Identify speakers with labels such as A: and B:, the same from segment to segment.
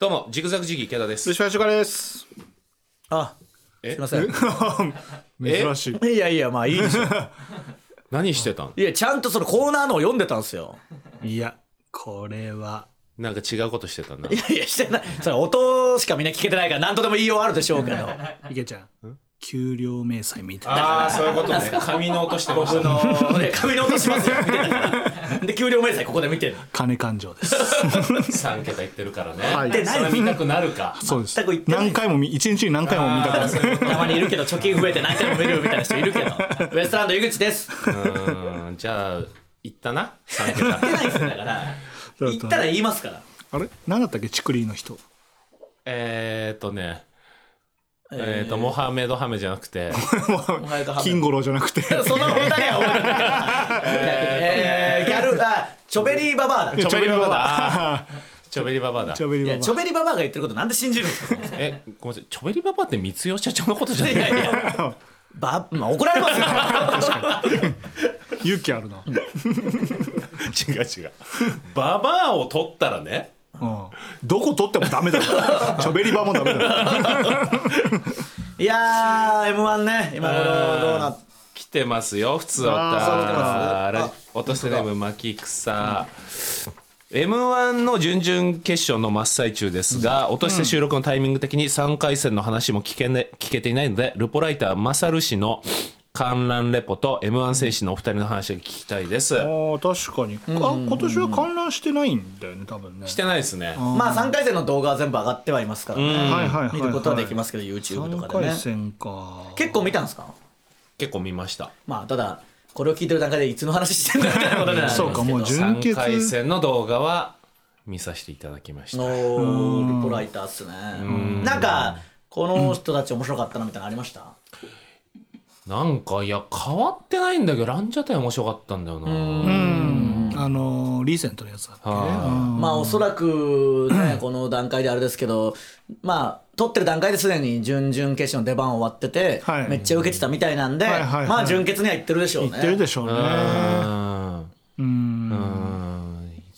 A: どうもジグザグジギー池田です
B: ルシファーシュガーです。
C: あ
A: え
C: すいません
A: え
B: 珍し い。
C: いやいやまあいいでしょ
A: 何してたん
C: いやちゃんとそのコーナーのを読んでたんですよ
B: いや、これは。
A: なんか違うことしてたない
C: やいやしてないそれ音しかみんな聞けてないから何とでも言いようあるでしょうけ ど
B: いけちゃん。給料明細みたいな。
A: ああそういうことね髪の音してました
C: あのね髪の音しますよみたいなで給料明細ここで見てる
B: 金勘定です。
A: 3桁いってるからね、
B: はい
A: でそれ見たくなるか
B: そうです
C: 全く言っ。てない
B: 何回も見、一日に何回も見たから。
C: たまにいるけど貯金増えて何回も見るみたいな人いるけどウエストランド井口です
A: うーんじゃあいったな3桁
C: 言ってないですよだから言ったら言いますから
B: あれ何だったっけチクリー の人。
A: えーっとねえーっとモハメドハメじゃなくて
B: 金五郎じゃ なくて。
C: その二人は覚えてないから えーギャルあチョベリーババアだ
A: チョベリババだ
B: ア。
A: チョベリババだ
B: チョベリ
C: い
B: バ
C: やチ
B: バ
C: ョベリババアが言ってることなんで信じるんですか
A: えごめんなさいチョベリババって光代社長のことじゃない
C: いやい やば、まあ、怒られますよ
B: ア。勇気あるな。うん。
A: 違う違うババアを取ったらね
B: どこ取っても ダメだよ。チョベリバもダメだよ。
C: いやー m 1ね今頃どうなっ
A: 来てますよ普通おた
C: あーそう来てます
A: ラ落とせネーム巻草 m 1の準々決勝の真っ最中ですが、落として収録のタイミング的に3回戦の話も聞け,、ね、聞けていないのでルポライターマサル氏の観覧レポと m 1選手のお二人の話が聞きたいです
B: ああ、確かに。あ、今年は観覧してないんだよね、多分ね。
A: してないですね
C: まあ3回戦の動画は全部上がってはいますからね
B: はいはいはいはい。
C: 見ることはできますけど YouTube と
B: 三
C: かでね
B: 回戦か。
C: 結構見たんですか
A: 結構見ました
C: まあただこれを聞いてる段階でいつの話してんだみたいなことになるんですけ
B: そう
C: ど
B: か、もう準
A: 3
B: 決。
A: 回戦の動画は見させていただきました
C: おールポライターっすねなんかこの人たち面白かったなみたいなのありました
A: なんかいや変わってないんだけどランジャタイ面白かったんだよな
B: うんあのーリーゼントのやつだっけね
A: は
C: まあおそらくねこの段階であれですけどまあ撮ってる段階ですでに準々決勝の出番終わってて
B: はい
C: めっちゃ受けてたみたいなんで
B: はいはいはい
C: まあ準決には行ってるでしょうね
B: 言ってるでしょうね
A: うん
B: うん
A: うん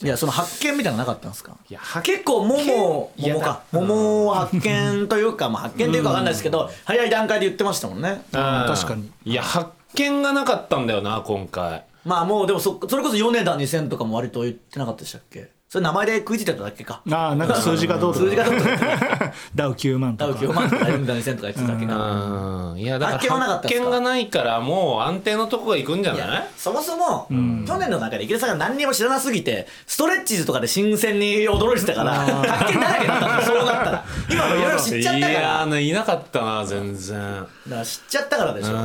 C: いやその発見みたいなのなかったんですか
A: いや発
C: 結構もも
A: いや
C: 桃か桃を発見というか、まあ、発見というか分かんないですけど、早い段階で言ってましたもんね
A: あー
B: 確かに
A: いや発見がなかったんだよな今回
C: まあもうでもそそれこそ米田2000とかも割と言ってなかったでしたっけそれ名前で食いついてただけか
B: ああなんか数字がどうと
C: 数字が
B: か
C: どうとか
B: ダウ9万
C: ダ
B: と
C: ウ
B: か
C: 9万とか米田2000とか言ってただけ
A: う
C: か
A: んいやだ
C: 発
A: か
C: 見はな
A: ら発
C: かったんですか
A: 見がないからもう安定のとこが行くんじゃ
C: い
A: ない
C: やそもそも、去年の中で池田さんが何にも知らなすぎてストレッチーズとかで新鮮に驚いてたから発見だらけだったんですよそうなったら今のいろいろ知っちゃったから
A: いやーいなかったな全然
C: だから知っちゃったからでしょ
B: 確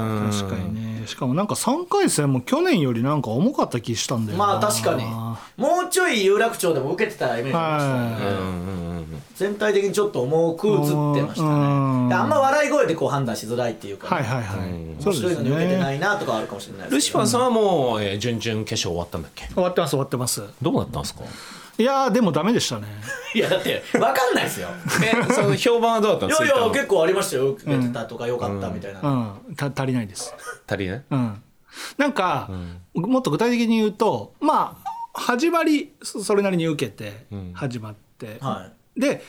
B: かにねしかもなんか3回戦も去年よりなんか重かった気したんだよな
C: まあ確かにもうちょい有楽町でも受けてたイメージありましたね
B: は
A: うんうんうん
C: 全体的にちょっと重く映ってましたね
B: うん
C: あんま笑い声でこう判断しづらいっていうか、
B: はいはいはいそ
C: 面白
B: うで
C: いの
B: す
C: に受けてな
B: ね
C: いなとかあるかもしれない
A: ル
C: です
A: シ
C: け
A: ファーさんはもう、えー準々決勝終わったんだっけ
B: 終わってます終わってます
A: どうなったんですか
B: いやーでもダメでしたね
C: どいやだって分かんない ですよ
A: え その評判はどうだったん
C: い
A: です
C: や
A: か
C: いや結構ありましたよ受けてたとか良かったみたいな、
B: うんた足りないです
A: 足りない
B: うんなんか、もっと具体的に言うとまあ始まりそそれなりに受けて始まって、
C: はい
B: で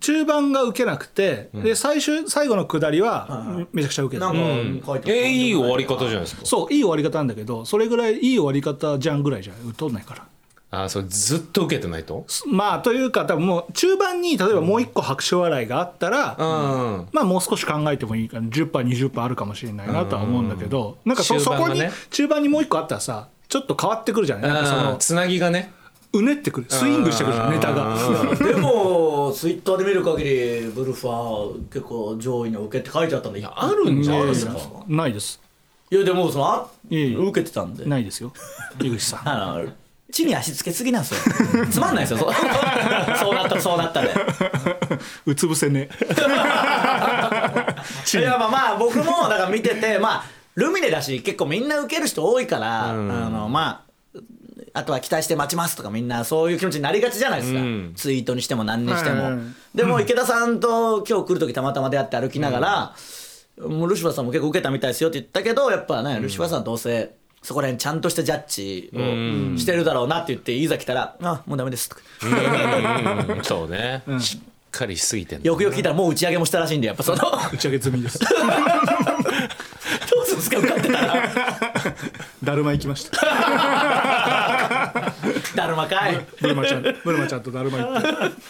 B: 中盤が受けなくて、で最終最後の下りは
C: はいはい
B: めちゃくちゃ受けて
C: な
B: た、
C: んか書いてあった
A: えーいい終わり方じゃないですか
B: そういい終わり方なんだけどそれぐらいいい終わり方じゃんぐらいじゃん取んないから
A: あーそれずっと受けてないと
B: すまあというか多分もう中盤に例えばもう一個拍手笑いがあったら、
A: うん、
B: まあもう少し考えてもいいかな10%、20%あるかもしれないなとは思うんだけど、なんかそ
A: 中
B: そ
A: 盤が
B: こに
A: ね
B: 中盤にもう一個あったらさちょっと変わってくるじゃないなんかそ
A: あー
B: の
A: つなぎがね
B: うねってくるスイングしてくるじゃんネタが
A: うん
C: でもツイッターで見る限りブルファー結構上位の受けって書いてあったんでいや
A: あるんじゃないです
C: あ
A: か
C: るんじゃないですか
B: ないです
C: いやでもそのあ
B: いえいえ
C: 受けてたんで
B: ないですよ井口さん
C: あの地に足つけすぎなんですよ つまんないですよそうそうなったそうなったで
B: うつ伏せ
C: い
B: ね
C: やまあまあ僕もだから見ててまあルミネだし結構みんな受ける人多いから、あのまああとは期待して待ちますとかみんなそういう気持ちになりがちじゃないですか、
A: うん
C: ツイートにしても何にしても、
B: はいはいはい
C: でも池田さんと今日来る時たまたま出会って歩きながら、もうルシファーさんも結構受けたみたいですよって言ったけどやっぱね、ルシファーさんどうせそこら辺ちゃんとしたジャッジをしてるだろうなって言っていざ来たら「あもうダメです」とか
A: うんそうね、しかりしすぎてんだ
C: よくよく聞いたらもう打ち上げもしたらしいんでやっぱそのど
B: 打ち上げ済みです
C: うするんですか受かってたら
B: だるま行きました
C: だるまかい
B: ブルマちゃんブルマちゃんとだるま行って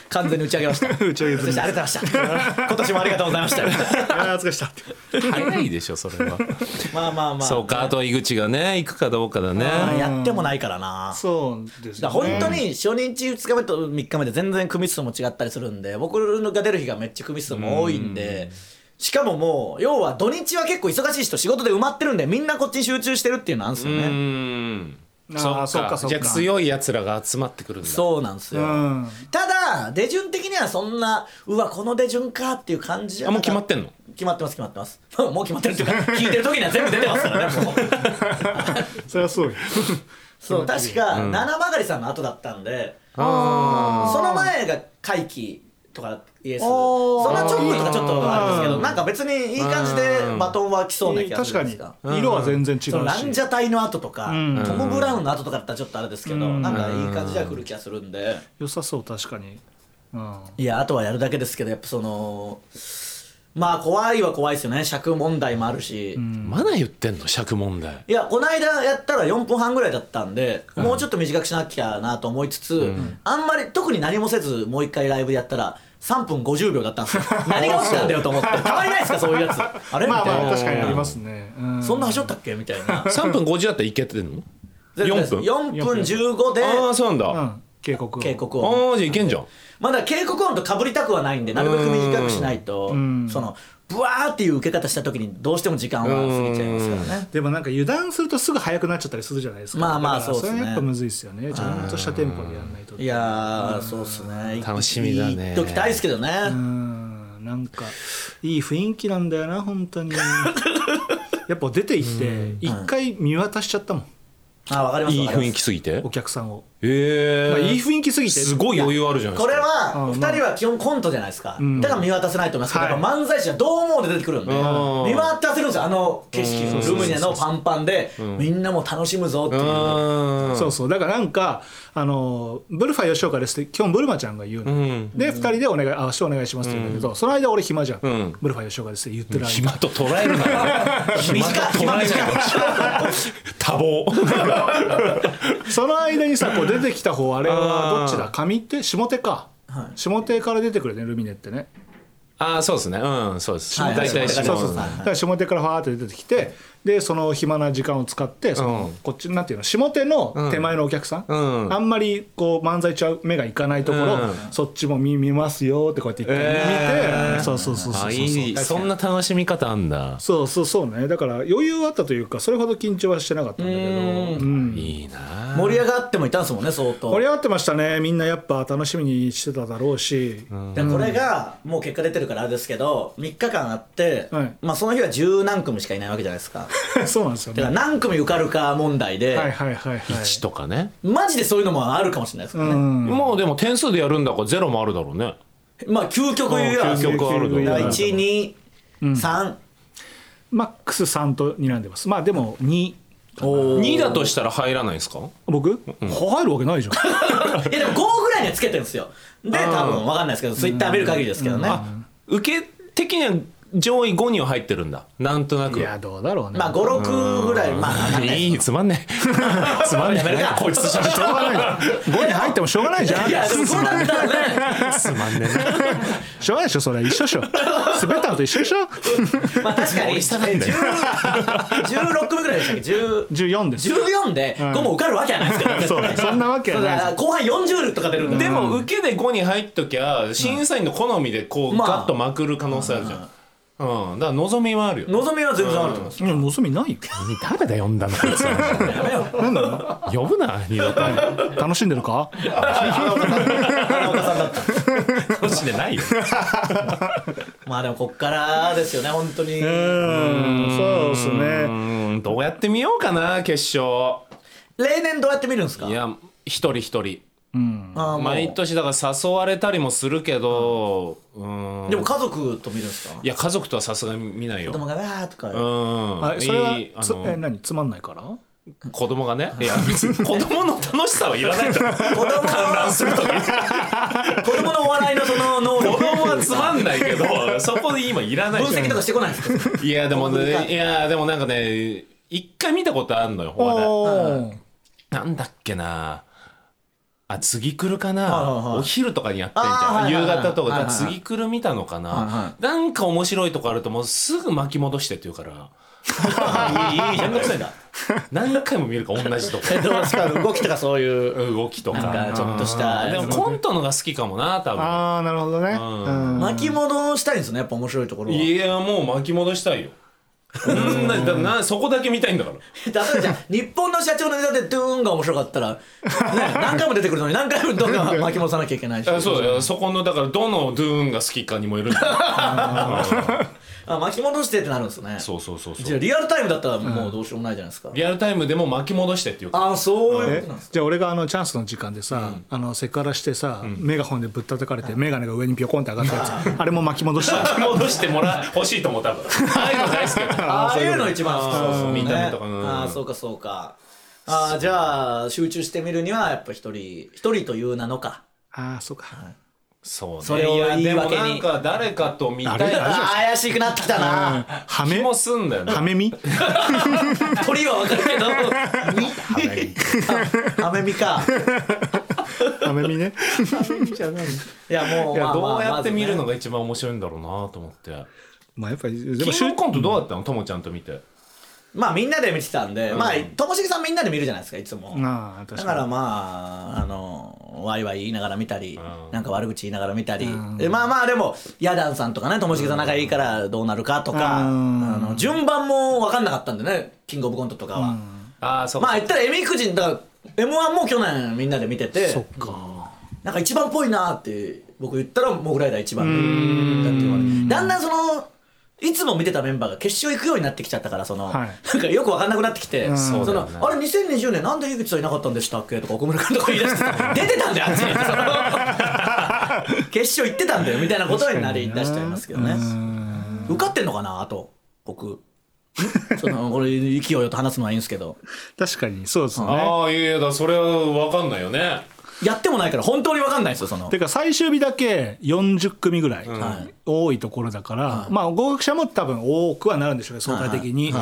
C: 完全に打ち上げましたそ
B: 打ち上げ済み
C: してありがとうございました今年もありがとうございました
B: あー疲れしたって
A: 早いでしょそれは
C: まあまあ まあ
A: そうかあとは井口がね行くかどうかだね
C: まあやってもないからな
B: そうです
C: だ
B: よ
C: か
B: ね
C: ら本当に初日2日目と3日目で全然組数も違ったりするんで僕が出る日がめっちゃ組数も多いんでしかももう要は土日は結構忙しい人仕事で埋まってるんでみんなこっちに集中してるっていうのなんですよ
A: う
C: ね
A: ん
B: あー
A: そ
B: そ
A: っ
B: っ
A: か
B: かそっか
A: じゃあ強いやつらが集まってくるんだ
C: そうなんですよ
B: うん
C: ただ出順的にはそんなうわこの出順かっていう感じじゃ
A: あもう
C: なか
A: 決まってんの
C: 決まってます決まってます もう決まってるっていうか聞いてる時には全部出てますからねもう
B: そりゃそうよ
C: そう確か七曲さんの後だったんで
A: あ
C: その前が回帰とかイエス
B: あ
C: その
B: ー
C: 直後とかちょっとあるんですけ
B: う
C: ど
B: ん
C: なんか別にいい感じでバトンは来そうな気が
B: 確
C: す
B: か
C: るんで
B: に
C: すが
B: 色は全然違うし
C: そのランジャタイの後とか、
B: うん
C: トム・ブラウンの後とかだったらちょっとあれですけど、
B: うん
C: なんかいい感じでは来る気がするんで、
B: 良さそう確かにうん
C: いやあとはやるだけですけどやっぱそのまあ怖いは怖いですよね尺問題もあるし、
A: あまだ言ってんの尺問題
C: いやこの間やったら4分半ぐらいだったんで、もうちょっと短くしなきゃなと思いつつ、あんまり特に何もせずもう一回ライブやったら3分50秒だったんですよ何が起きたんだよと思ってたまにないですかそういうやつあれみ
B: ま
C: た
B: あ
C: いな、
B: まあ確かにありますねうん
C: そんなはしょったっけみたいな
A: 3分50だったらいけてんの4分
C: 4分15で
A: ああそうなんだ
B: う
A: あ
B: ん警告を
C: 警告音
A: あじゃあいけんじゃん
C: まあだから警告音とかぶりたくはないんでなるべく短くしないと
B: ん
C: そのブワーっていう受け方した時にどうしても時間は過ぎちゃいますからね
B: でもなんか油断するとすぐ速くなっちゃったりするじゃないですか
C: まあまあ
B: だから
C: そうですね
B: れやっぱむずいですよねちゃんとしたテンポでやらないと
C: いやーそうっすね
A: 楽しみだね
C: 言っときたいですけどね
B: うんなんかいい雰囲気なんだよな本 当にやっぱ出て行って一回見渡しちゃったもん
C: あわかります
A: いい
C: わかりま
A: 雰囲
C: す
A: 気すぎて
B: お客さんを、
A: え
B: まあ、
A: え
B: いい雰囲気すぎて
A: すごい余裕あるじゃないです
C: こ
A: か
C: れは
B: うん
C: 2人は基本コントじゃないですか、
B: ん
C: だから見渡せないと思いますけど、
B: はい
C: やっぱ漫才師はどう思うで出てくるんで、
A: うん
C: 見渡せるんですよあの景色、
A: うん
C: ルミネのパンパンで、みんなも楽しむぞっていう、
A: うん
B: そうそうだからなんかあのブルファ吉岡ですって基本ブルマちゃんが言うの、
A: ん
B: で2人でお願いあ足お願いしますって言うんだけど、その間俺暇じゃん、
A: ん
B: ブルファ吉岡ですって言ってる間
A: 暇と捉えるなよ 暇と捉えない 多忙
B: その間にさこう出てきた方あれはどっちだ上手下手か、
C: はい
B: 下手から出てくるねルミネってね
A: ああそうですねうんそうです
C: はい
A: 大体
C: 下
A: し
C: 手
B: そ
A: ま
B: うそうそう
C: はい
B: だから下手からファーって出てきてでその暇な時間を使ってその、
A: うん
B: こっちなんていうの下手の手前のお客さん、
A: うん
B: あんまりこう漫才ちゃう目がいかないところ、
A: うん
B: そっちも見見ますよってこうやって言って、
A: えー
B: 見てそうそうそうそ
A: あ
B: うそう
A: いいそんな楽しみ方あんだ
B: そうそうそうねだから余裕あったというかそれほど緊張はしてなかったんだけどうん
A: いいな
C: 盛り上がってもいたんですもんね相当
B: 盛り上がってましたねみんなやっぱ楽しみにしてただろうし、
C: でこれがもう結果出てるからあれですけど3日間あって、
B: はい
C: まあ、その日は十何組しかいないわけじゃないです か
B: そうなんですよ
C: だから
B: ね
C: 何組受かるか問題で、
B: はいはいはいはい
A: 1とかね
C: マジでそういうのもあるかもしれないですから
B: う
C: ね、
B: ん
A: もうでも点数でやるんだからゼロもあるだろうね
C: まあ究極言うや
A: 究
C: ら
A: 極あるだろうね
B: 究極
C: 123、3
B: マックス3と睨んでますまあでも2
A: 2だとしたら入らないですか
B: 僕、入るわけないじゃん
C: いやでも5ぐらいにはつけてるんですよで多分わかんないですけどツイッター見る限りですけどね、
A: 受け的には上位5には入ってるんだなんとなく
B: いやどうだろうね
C: まあ56ぐらいまあわかんない
A: いいつまんねえつまんね
C: やめるか
A: えこいつしゃべって
B: しょうがない5に入ってもしょうがないじゃん
C: いやでもそうだったらね
A: つまんねえな
B: しょうがないでしょそれは一緒でしょ滑ったのと一緒でしょ
C: まあ確かに16組ぐらいでしたっけ10
B: 14です
C: 14で5も受かるわけはないですけど、ね
B: そうそんなわけはないです
C: そうだ後半40とか出るんで、
A: でも受けで5に入っときゃ審査員の好みでこう
C: まあ
A: ガッとまくる可能性あるじゃんうん、だから望みはある よ
C: 望みは全然あると思います、
B: いやもうみないよ
A: 誰だ呼んだのこいつ
C: やめよ
B: なんだろ
A: 呼ぶな二度と
B: う楽しんでるか
C: 花岡さんだった
A: 楽しんでないよ
C: まあでもこっからですよね本当に、
B: うんそうです
A: う
B: ね
A: ーんどうやってみようかな決勝
C: 例年どうやって見るんですか
A: いや一人一人
C: あーもう
A: 毎年だから誘われたりもするけどうん
C: でも家族と見るんですか
A: いや家族とはさすがに見ないよ
C: 子供がわーと
A: う
C: か、
A: ん
B: あそれはい
A: いあ
B: つえ
A: の
B: 何つまんないから
A: 子供がね いや別に子供の楽しさはいらないから
C: 子供の
A: 観覧するとか
C: 子供のお笑いのその能
A: 子
C: 力
A: 供はつまんないけどそこで今いらない
C: 分析とかしてこないんですか
A: いやでも
C: 本当
A: ね
C: に
A: いやでもなんかね一回見たことあるのよ
B: お
A: 話題
B: ー
A: なんだっけなあ次来るかな、
C: はいはいはい
A: お昼とかにやってんじ
C: あー
A: ゃ
C: は
A: ん
C: いはい
A: 夕
C: はい
A: 方とか、
C: はいはい
A: 次来る見たのかな、
C: はいは
A: なんか面白いとこあるともうすぐ巻き戻してって言う から
C: いいいいめんどくさいんだ
A: 何回も見るから同じと こ
C: どうですか動きとかそういう
A: 動きとか
C: なんかちょっとした
A: でもコントのが好きかもな多分
B: ああなるほどね、
A: ん
B: うん、
C: 巻き戻したいんですねやっぱ面白いところは例え
A: いやもう巻き戻したいよそん なだなそこだけ見たいんだから
C: ば じゃあ日本の社長のネタでドゥーンが面白かったら、ね、何回も出てくるのに何回もドゥーンが巻き戻さなきゃいけないし
A: あそうだよそこのだからどのドゥーンが好きかにもよるんだよ
C: あ巻き戻してってなるんですね
A: そうそうそうそ
C: じゃ
A: う
C: あリアルタイムだったらもうどうしようもないじゃないですか、
A: リアルタイムでも巻き戻してっていうか
C: ああそういう
B: え
C: ことなんです
B: じゃあ俺があのチャンスの時間でさ、あのセクハラしてさ、メガホンでぶったたかれて、メガネが上にピョコンって上がったやつあれも巻き戻した
A: 戻してもら欲しいと思う多分 ああいうの大好きだから
C: ああいうの一番好
A: あ
C: き
A: ーそうそう
C: ね
A: 見た目とかうん
C: ああそうかそうかああじゃあ集中してみるにはやっぱ一人一人という名のか
B: ああそうか
A: そうね
C: それを言い訳に
A: やでもなんか誰かと見たい
B: あれ
A: な
C: あー怪しくなってきたな
B: ハ
A: 気
B: メ
A: もすんだよね
B: ハメミ
C: 鳥はわかる け どアメミか
B: ハメ ミね
C: いやもう
A: いや
C: まあ
A: ど
C: ま
A: う
C: あ
A: やって見るの
C: ま
A: が一番面白いんだろうなと思って
B: まあやっぱりで
A: キン
B: も
A: グ
B: 集
A: コントどうだったのともちゃんと見て
C: ずねまあみんなで見てたんでまあともしげさんみんなで見るじゃないですかいつも
B: ああ確かに
C: だからまああのワイワイ言いながら見たり
A: ん
C: なんか悪口言いながら見たりでまあまあでもヤダンさんとかねともしげさん仲いいからどうなるかとかあ
B: うん
C: の順番も分かんなかったんでねキングオブコントとかは
A: ああそう
C: まあ言ったらエミクジンだから m 1も去年みんなで見てて
B: そっか
C: なんか一番っぽいなって僕言ったらモグライダー一番だって言われてだんだんそのいつも見てたメンバーが決勝行くようになってきちゃったからその、
B: はい
C: なんかよく分かんなくなってきて、そ
A: そうだよ
C: の
A: ね
C: あれ2020年なんで井口さんいなかったんでしたっけとか奥村君とか言い出してた出てたんだよあっちにその決勝行ってたんだよみたいなことになり出しちゃいますけどね受かってんのかなあと僕 そのこれ勢いよと話すのはいいんですけど
B: 確かにそうですね
A: ああいやいやだからそれは分かんないよね
C: やってもないから本当に分かんないですよその
B: てか最終日だけ40組ぐらい
C: はい
B: 多いところだから、まあ合格者も多分多くはなるんでしょうね相対的に、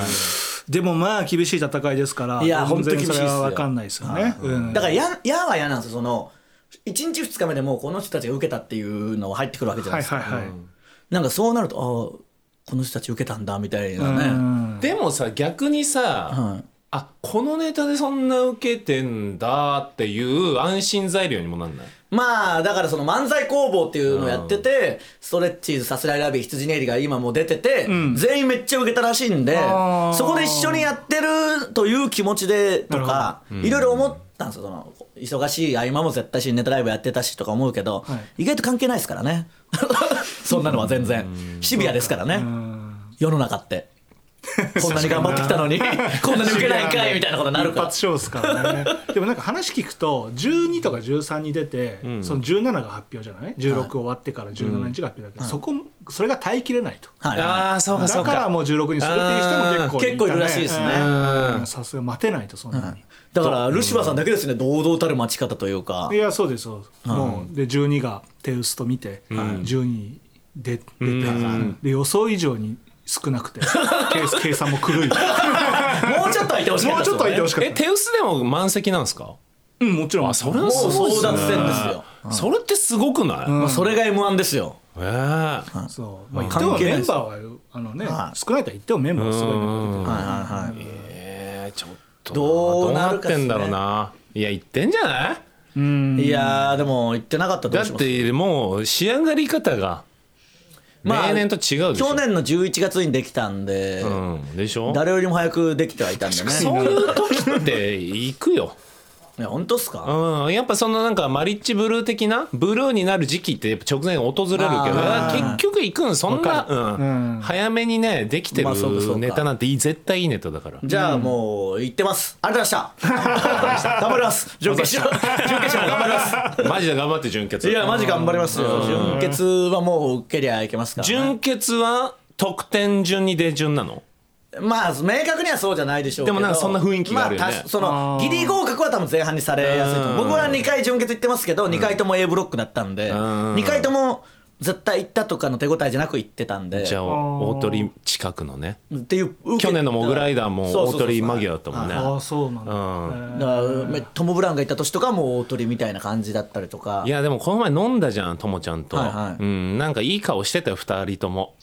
B: でもまあ厳しい戦いですから
C: いや
B: 全
C: 本
B: 然
C: 当厳しいっす
B: そ
C: よ
B: れは分かんないですよね、うん
C: だからや嫌は嫌なんですよその1日2日目でもうこの人たちが受けたっていうのが入ってくるわけじゃない
B: はい
C: ですか、
B: はいはい、
C: なんかそうなるとああこの人たち受けたんだみたいなね、
B: うん
A: でもさ逆にさ
C: はい
A: あこのネタでそんな受けてんだっていう安心材料にもなんない
C: まあだからその漫才工房っていうのをやってて、ストレッチーズさすらいラビー羊ネイリが今もう出てて、全員めっちゃ受けたらしいんで
B: あー
C: そこで一緒にやってるという気持ちでとか、いろいろ思ったんですよその忙しい合間も絶対新ネタライブやってたしとか思うけど、意外と関係ないですからね そんなのは全然シビアですからね世の中って。こんなに頑張ってきたのにこんなに受けないんかいみたいなことになる
B: 一
C: から
B: 発勝負ですから ねでもなんか話聞くと12とか13に出て、その17が発表じゃない16終わってから17日が発表だけど、そこそれが耐えきれないと、
C: はい
A: ああそうかそ
B: だ
A: う
B: から
A: か
B: もう16にするっていう人も結構
C: 結構いるらしいですね
B: うんうんさすが待てないとそんなに、
C: だからルシファーさんだけですね堂々たる待ち方というか
B: いやそうですそうです、もうで12が手薄と見て、12で出て、で予想以上に少なくて 計計算も狂い
C: もうちょっとはいてほしい
B: もうちょっとはいてほしかっ
A: え
B: た
A: 手薄でも満席なんですか
B: うんもちろん
A: それはす
C: も
A: ご
C: う
A: いっ
C: 争
A: すね
C: 奪戦ですよ、
A: それってすごくない、
C: まあ、それが m 1ですよ
A: ええ
B: そう、まあ、言ってもメンバーはあのね、
C: はい
B: 少ないとは言ってもメンバーはすごいメンバーで
C: はいはいはい
A: ええちょっと
C: ど
A: ど
C: う
A: う
C: な
A: な
C: る
A: っ
C: かっす
A: て
C: ね
A: んだろうないや言ってんじゃない
C: いやーでも言ってなかったらど
A: だ
C: う
A: っ
C: します
A: てもう仕上がり方が
C: まあ
A: 例年と違うでしょ、
C: 去年の11月にできたんで、
A: うん、でしょ
C: 誰よりも早くできてはいたんでね
A: そういう時って行くよ、
C: いや本当っすか
A: うん、やっぱそのなんかマリッジブルー的なブルーになる時期ってやっぱ直前に訪れるけど
C: あー
A: 結局行くんそんな、うん
B: うん
A: 早めにねできて
C: まあそうかそうか
A: るネタなんていい絶対いいネタだ から
C: じゃあもう言ってますありがとうございました頑張ります準決勝準決勝も頑張ります
A: マジで頑張って準決
C: いやマジ頑張りますよ準決はもう受けりゃいけますからね、
A: 準決は得点順に出順なの
C: まあ明確にはそうじゃないでしょうけど
A: でもなんかそんな雰囲気があるよね
C: またそのギリ合格は多分前半にされやすいと思う
A: うん
C: 僕は2回準決行ってますけど2回とも A ブロックだったんで
A: ん
C: 2回とも絶対行ったとかの手応えじゃなく行ってたんで
A: じゃあ
B: あー
A: 大鳥近くのね
C: っていう受け
A: 去年のモグライダーも
C: そうそう
A: 大
C: そう
A: 鳥間際だったもんね
B: ああそうなんだ、
A: う
B: へえ
C: だからめトム・ブラウンが行った年とかも大鳥みたいな感じだったりとか
A: いやでもこの前飲んだじゃんともちゃんと、
C: はいはい
A: うん、なんかいい顔してたよ2人とも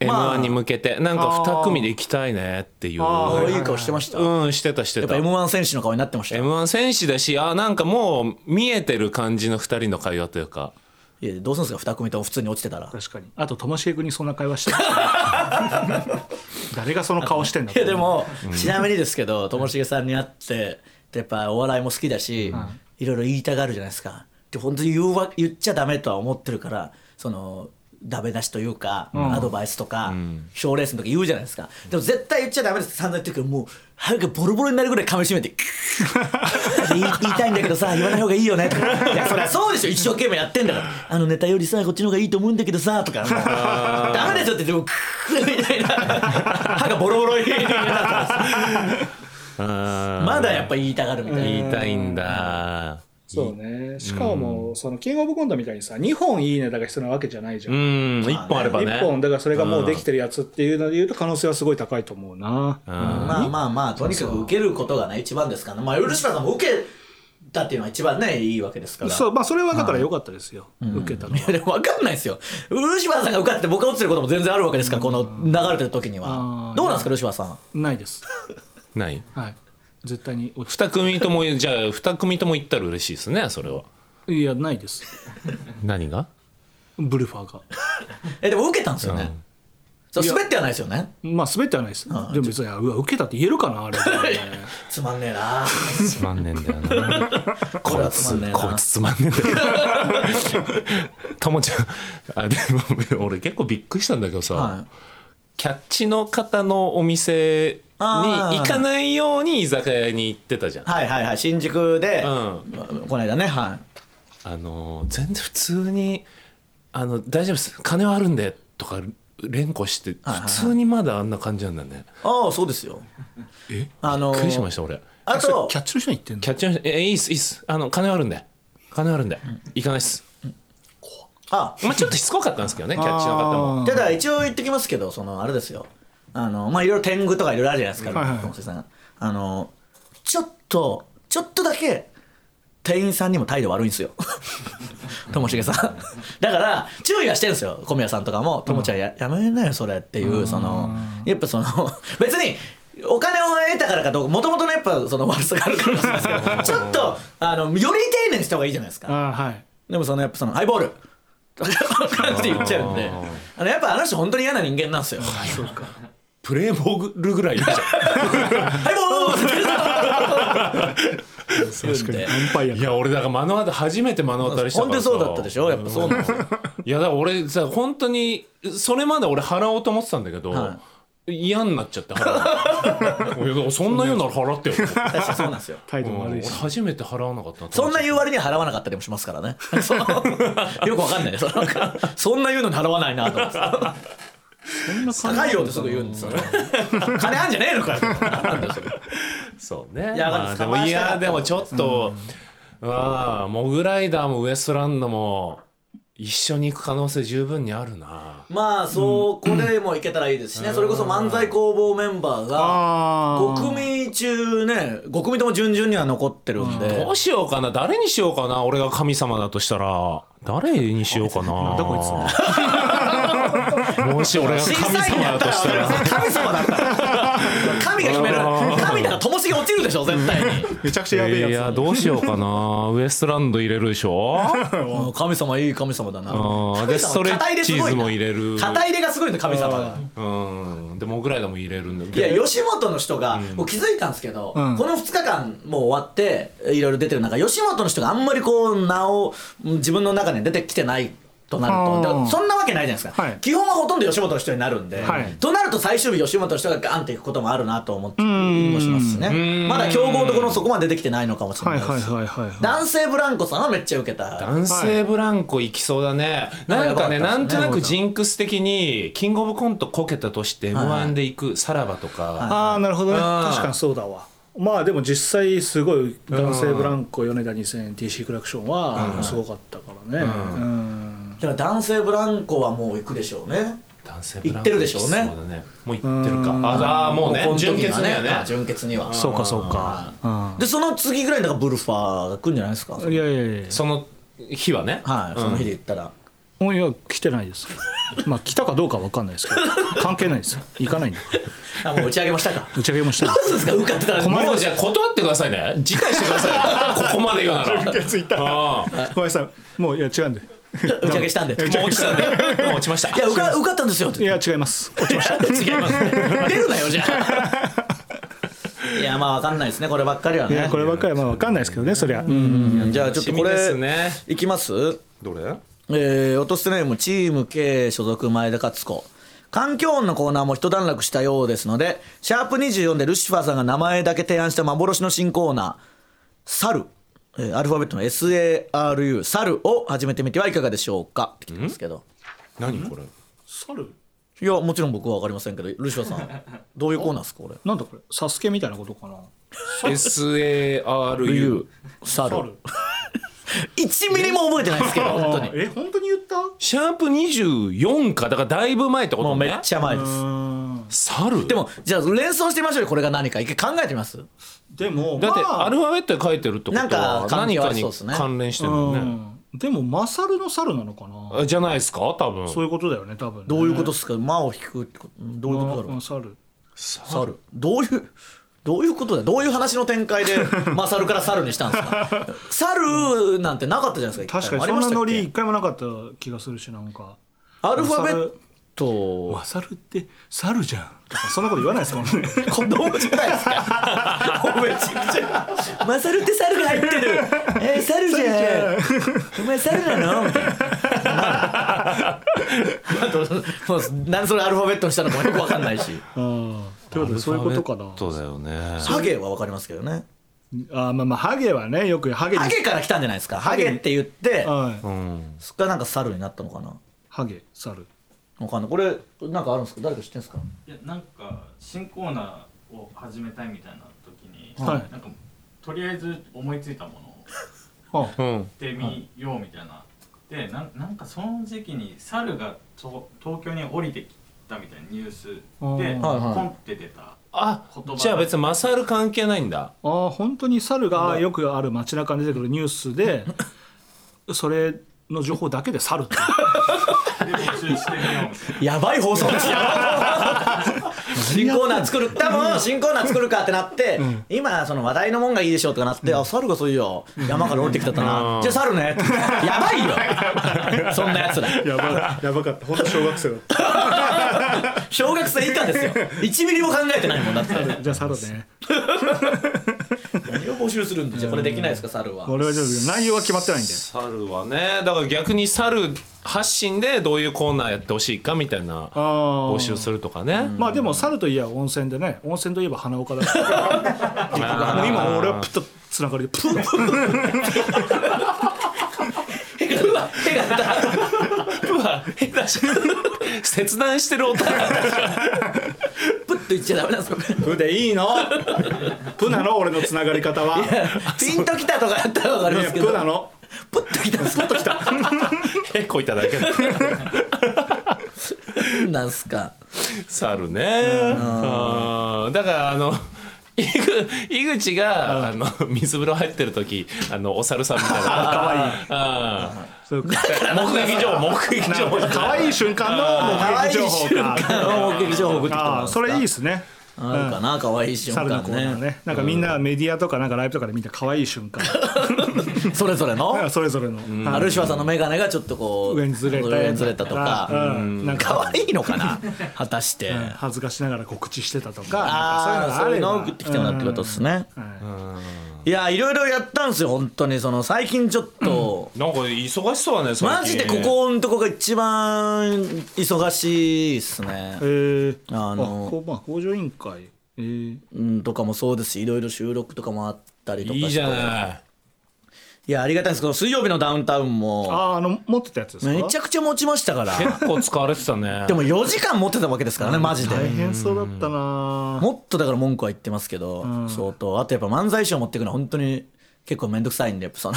A: m
C: まあ
A: 1に向けてなんか2組で行きたいねっていう
B: あー
C: あいい顔してました、やっ
A: うんしてたして
C: ぱ
A: た
C: m 1選手の顔になってました
A: m 1戦士だしあーなんかもう見えてる感じの2人の会話というか
C: いやどうするんですか2組とも普通に落ちてたら
B: 確かにあとともしげ君にそんな会話 してる誰がその顔してんだ
C: いやでも、ちなみにですけどともしげさんに会ってやっぱお笑いも好きだし、いろいろ言いたがるじゃないですかで本当に言うわ言っちゃダメとは思ってるからそのダメ出しというか、アドバイスとか賞、レースの時言うじゃないですかでも絶対言っちゃダメですって散々言ってるけどもう早くボロボロになるぐらい噛みしめて 言い言いたいんだけどさ言わない方がいいよねとかいやそりゃそうでしょ一生懸命やってんだからあのネタよりさこっちの方がいいと思うんだけどさとかもうダメでしょってでもクーみたいな歯がボロボロになってますまだやっぱ言いたがるみたいな
A: 言いたいんだ
B: そうねしかも、そのキングオブコントみたいにさ2本いいネタが必要なわけじゃないじゃ、
A: うん1本あれば
B: 一
A: ね
B: 本だからそれがもうできてるやつっていうので言うと可能性はすごい高いと思うな、
C: まあまあまあとにかく受けることがね一番ですからねまあ漆原さんも受けたっていうのは一番ねいいわけですから
B: そうまあそれはだから良かったですよ、受けたの
C: いやでも分かんないですよ漆原さんが受かって僕が落ちてることも全然あるわけですからこの流れてる時に
B: あ
C: は
B: ー
C: どうなんですか漆原さん
B: ないです
A: ない
B: はい絶対に落ち
A: 2組ともじゃあ2組とも行ったら嬉しいですねそれはい
B: やないです
A: 何が
B: ブルファーが
C: えでも受けたんですよねそう滑ってはないです よね
B: まあ滑ってはないですでも別にうわ受けたって言えるかなあれ
C: つまんねえ な
A: つまんねえんだよな
C: これ
A: こい
C: はつまん
A: つ
C: ねえ
A: こい
C: な
A: つつまんねえんだよともちゃんあでも俺結構びっくりしたんだけどさ、
C: はい
A: キャッチの方のお店に
C: あー
A: 行かないように居酒屋に行ってたじゃん
C: はいはいはい新宿で、
A: う
C: この間ねはい
A: あの全然普通に「あの大丈夫です金はあるんで」とか連呼して
C: はいはいはい
A: 普通にまだあんな感じなんだね
C: ああそうですよ
A: え
C: あのー
A: びっくりしました俺
C: あと
B: キャッチの人に言ってんの
A: キャッチの人えいいっすいいっすあの金はあるんで金はあるんで行かないっす
C: あ
A: まあちょっとしつこかったんです けどねキャッチの方も
C: ただ一応言ってきますけどそのあれですよあのまあいろいろ天狗とかいろいろあるじゃないです
B: はいはい
C: かともしげさんあのちょっとちょっとだけ店員さんにも態度悪いんですよ ともしげさんだから注意はしてるんですよ小宮さんとかも「ともちゃんややめなよそれ」っていうそのやっぱその 別にお金を得たからかどうかもともとのやっぱその悪さがあるからなんですけ どちょっとあのより丁寧にした方がいいじゃないですか
B: あはい
C: でもそのやっぱそのハイボールとかって言っちゃうんであのやっぱあの人本当に嫌な人間なんですよハ
A: プレーボールぐらいいるじゃん
C: イボールって言うんで
B: アンパイ ア
A: いや俺だから目の当たり初めて目の当たりした
C: 本
A: か
C: 当
A: らさ
C: にそうだったでしょやっぱそうなんですよ
A: いやだから俺さ本当にそれまで俺払おうと思ってたんだけど、
C: は
A: 嫌になっちゃって払ういやだからそんな言うなら払ってよ、
C: 確かにそうなんですよ
B: 態度も
A: うん
B: 悪
A: 俺
B: いし
A: 初めて払わなかったな
C: そんな言う割には払わなかったりもしますからねそのよくわかんないですそんな言うのに払わないなと思って高いよってすぐ言うんですよね金あんじゃねえのかよなんですよ
A: そうね
C: いや
A: まあで
C: 捕
A: も
C: まえ
A: い
C: たかった
A: やでもちょっと、ああモグライダーもウエストランドも一緒に行く可能性十分にあるな
C: まあそこでもいけたらいいですしね、それこそ漫才工房メンバーが
B: あー
C: 5組中ね5組とも順々には残ってるんで、
A: どうしようかな誰にしようかな俺が神様だとしたら誰にしようかな
B: どこいつ
A: もし俺が神
C: 審査員
A: 様
C: や
A: だ
C: った
A: と
C: ら
A: したら
C: 神様だったら 神が決める神ならともしげ落ちるでしょ絶対に
B: めちゃくちゃやべえ
A: い
B: や
A: やどうしようかなウエストランド入れるでしょ
C: うん神様いい神様だな
A: うん
C: 神様
A: でストレッチーズも入れる
C: 肩入れがすごいんだ神様が。
A: うんでモグライダーも入れるんだ
C: いや
A: けど
C: 吉本の人が、もう気づいたんですけど、
B: ん
C: この2日間もう終わっていろいろ出てる中吉本の人があんまりこう名をうん自分の中に出てきてないとなる
B: あ
C: と
B: ー
C: だからそんなわけないじゃないですか、
B: はい
C: 基本はほとんど吉本の人になるんで、
B: はい
C: となると最終日吉本の人がガンっていくこともあるなと思ってもしますしねまだ強豪ところそこまで出てきてないのかもしれな
B: はいい
C: です、
B: はいはいはいはい
C: 男性ブランコさんはめっちゃ受けた
A: 男性ブランコ行きそうだね、なんかね
C: やばか
A: な
C: ったですね
A: んとなくジンクス的にキングオブコントこけたとして m 1で行くさらばとか、
B: ああなるほどね
A: あー
B: 確かにそうだわまあでも実際すごい男性ブランコ米田2000 TC クラクションはすごかったからねうん
C: だから男性ブランコはもう行くでしょうね
A: 男性ブランコ
C: 行ってるでしょうね
A: そうだねもう行ってるかああーもうね
C: この時
A: 純
C: に
A: 潔
C: は
A: だよ
C: あ
A: ね
C: 純潔には
B: そうかそうか
C: でその次ぐらいにだからブルファーが来るんじゃないですか
B: うんいやいやいや
A: その日はね
C: はいその日で言ったら
B: もういや来てないです まあ来たかどうかわかんないですけど関係ないですよ行かないんで
C: あもう打ち上げました か
B: 打ち上げもした
C: そうですか受かってたら
A: もうじゃあ断ってくださいね辞退してくださ いここまで言うなら
B: 純潔行った
A: あー
B: ごめんなさいもういや違うんで
C: 打ち上げしたんでい
A: もう落ちたんでもう落ちました
C: や受か受かったんですよって
B: いや違います落ちました
C: 違います出るなよじゃあいやまあわかんないですねこればっかりはいね
B: やこればっかりはまあわかんないですけどねそりゃ
C: うんじゃあちょっとこ
A: 楽しみで
C: れ
A: すね
C: いきます
A: どれ
C: えー、落とすネームチーム K 所属前田勝子環境音のコーナーも一段落したようですのでシャープ24でルシファーさんが名前だけ提案した幻の新コーナー「サル」えーアルファベットの SARU「サル」を始めてみてはいかがでしょうかって来てますけど
A: 何これ
B: 猿
C: いやもちろん僕は分かりませんけどルシファーさんどういうコーナーですかこれ
B: なんだこれサスケみたいなことかな
A: SARU
C: サル1ミリも覚えてないですけど本当に
B: え本当に言った
A: シャープ24かだからだいぶ前ってこ
C: も
A: と
C: うめっ
A: ね
C: ちゃ前です
A: 猿
C: でもじゃあ連想してみましょうよこれが何か一回考えてみます
B: でも
A: だって
B: まあ
A: アルファベットで書いてるってことは
C: なんか関
A: 何
C: 係あ
A: か
C: り
A: に
C: そうですね
A: 関連してる
B: う
A: のね
B: んでもマサルの猿なのかな
A: あじゃないですか多分
B: そういうことだよね多分ね
C: どういうことですか間を引くってことどういうことだろう
B: うん猿
C: 猿どういうどういうことだどういう話の展開でマサルから猿にしたんです か猿なんてなかったじゃないですか
B: 確か
C: 一回
B: にそ
C: も
B: ん
C: ありま
B: な
C: したっ
B: ノ
C: け
B: リ一回もなかった気がするしなんか
C: アルファベット
B: マサルって猿じゃんとかそんなこと言わないですもんね
C: 子供じゃないですかおめちゃくちゃマサルって猿が入ってるえー、猿じゃんお前猿なのみたいなあともう何それアルファベットにしたのかもよくわかんないし
B: うんということでそういうことかな
A: そうだよね
C: ハゲはわかりますけどね
B: あーまあまあハゲはねよくハゲに
C: ハゲから来たんじゃないですかハゲって言って
B: はい
A: うん
C: そっからなんか猿になったのかな
B: ハゲ猿
C: わかんないこれなんかあるんですか誰か知ってんですか
D: いやなんか新コーナーを始めたいみたいな時に、
B: はい
D: なんかとりあえず思いついたものを
B: あ
A: うん
D: やってみようみたいな、でなんなんかその時期に猿がと東京に降りてきたみたいなニュースでポ
B: はい
C: はい
D: ンって出た
A: あ
D: 言葉
A: じゃあ別にマサル関係ないんだ
B: あー本当に猿がよくある街中に出てくるニュース でそれの情報だけで猿 って
D: で募集してみようみたいな
C: やばい放送ですよ 新コーナー作る 多分新コーナー作るかってなって、今その話題のもんがいいでしょうとかなって、あ猿がそういや山から降りてきたったな、
A: うん
C: じゃあ猿ねやばいよ そんなやつら
B: やばやばかった本当小学生だった
C: 小学生以下ですよ1ミリ も考えてないもんだって
B: じゃあ猿ね
C: 何を募集するんでじゃあこれできないですか猿は
B: 俺はちょっと内容は決まってないんで
A: 猿はねだから逆に猿発信でどういうコーナーやってほしいかみたいな
B: あ
A: 募
B: ー
A: 集するとかね
B: まあでも猿といえば温泉でね温泉といえば花 岡だからもう今俺はプッとつながりでプッ
C: 手がうわ手が出た
A: うわ変だし切断してる音
C: プッと言っちゃダメなんですよ
B: プでいいのプなの俺のつながり方は
C: ピンときたとかやったらわかりますけど
B: プなの
C: プッときたプッときた
A: へこいただけだ
C: なんすか
A: 猿ねうんだからあの井口井口があの水風呂入ってる時あのお猿さんみたいな可愛い
B: そうか
A: 目撃情報目撃情報
B: 可愛い瞬間の
C: 可
B: 目
C: 愛い
B: 撃情報
C: 瞬
B: か
C: 間を目撃情報送ってきてもら
B: あ
C: う
B: あ
C: んす
B: そ
C: か
B: れいいですね
C: あるかな可愛い瞬
B: 猿の
C: 間
B: コーナー
C: ね
B: ねなんかみんなメディアとかなんかライブとかで見た可愛い瞬間
C: それぞれの
B: それぞれの
C: あるしはさんの眼鏡がちょっとこう
B: 上にずれた
C: 上にずれたとか
B: うんなん
C: 可
B: か
C: 愛いのかな果たして
B: 恥ずかしながら告知してたとか
C: ああそういうのを送ってきてもらうってこと
B: で
C: ですすねいやいろいろやったんですよ本当にその最近ちょっと
A: なんか忙しそうだね最近
C: マジでここのとこが一番忙しいっすね
B: ええ
C: あの
B: あのまあ工場委員会えー
C: うんとかもそうですしいろいろ収録とかもあったりとかして
A: いいじゃない
C: いやありがたいですこの水曜日のダウンタウンも
B: あああの持ってたやつですか
C: めちゃくちゃ持ちましたから
A: 結構使われてたね
C: でも4時間持ってたわけですからねマジで
B: 大変そうだったな
C: もっとだから文句は言ってますけど相当あとやっぱ漫才師を持っていくのは本当に結構面倒くさいんで その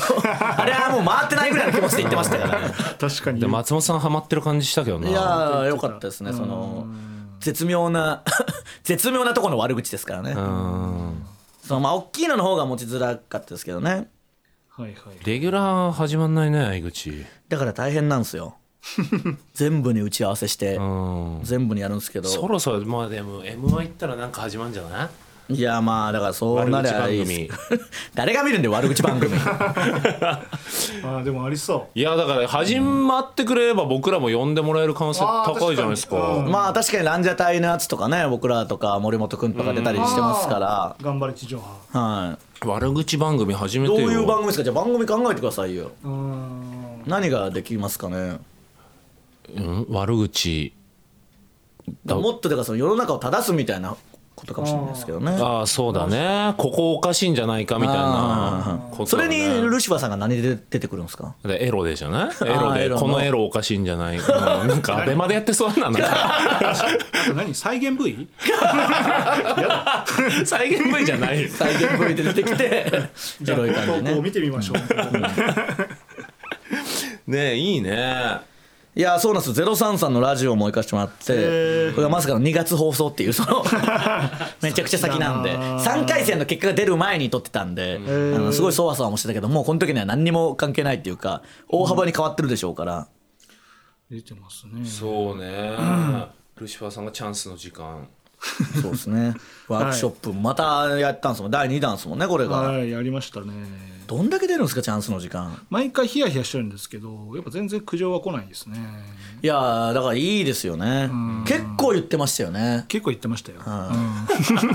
C: あれはもう回ってないぐらいの気持ちで言ってましたからね
B: 確かに
A: で松本さんハマってる感じしたけどない
C: やーよかったですねその絶妙な 絶妙なところの悪口ですからね
A: うん
C: そのまあ大きいのの方が持ちづらかったですけどね
B: はいはい
A: レギュラー始まんないね井口
C: だから大変なんです よ全部に打ち合わせして
A: うん
C: 全部にやるんですけど
A: そろそろまあでも m 1行ったらなんか始まんじゃない
C: いやまあだからそうなりゃいいです
A: 悪
C: 誰が見るんで悪口番 組
B: あーでもありそ
A: いやだから始まってくれれば僕らも呼んでもらえる可能性高いじゃないですか,、
B: あー確かにうん
C: まあ確かにランジャタイのやつとかね僕らとか森本君とか出たり
B: う
C: してますから、
B: 頑張れ地上波
C: は
A: 悪口番組始め
C: い、
A: て
C: ど
A: よ
C: ういう番組ですかじゃあ番組考えてくださいよ
B: うーん
C: 何ができますかね
A: うん、悪口だ
C: もっとだからその世の中を正すみたいなことかもしれないですけどね
A: ああそうだねここおかしいんじゃないかみたいなこと
C: そ
A: だ
C: れ
A: ね、
C: にルシファーさんが何で出てくるんですか
A: でエロでじゃないエロ
C: あーエ
A: で
C: ロの
A: このエロおかしいんじゃないかなんかアベマでやってそうなんだ
B: あと何再現部位
A: 再現 V じゃないよ
C: 再現 V で出てきて
B: じ
C: エ
B: ゃあ
C: ロい感 じ
B: 投稿
C: ね
B: 見てみましょう
A: ねえいいね
C: いやそうなんですよ03さんのラジオも行かせてもらって
B: ー
C: これがまさかの2月放送っていうそ のめちゃくちゃ先なんで
B: そうだな
C: 3回戦の結果が出る前に撮ってたんであ
B: ー
C: のすごいそわそわもしてたけどもうこの時には何にも関係ないっていうか大幅に変わってるでしょうから
B: 出てますね
A: そうね、ルシファーさんがチャンスの時間
C: そうです ねワークショップまたやったんですもん第2弾ですもんねこれが
B: はいやりましたね
C: どんだけ出るんですかチャンスの時間
B: 毎回ヒヤヒヤしてるんですけどやっぱ全然苦情は来ないですね
C: いやーだからいいですよね結構言ってましたよね
B: 結構言ってましたよ、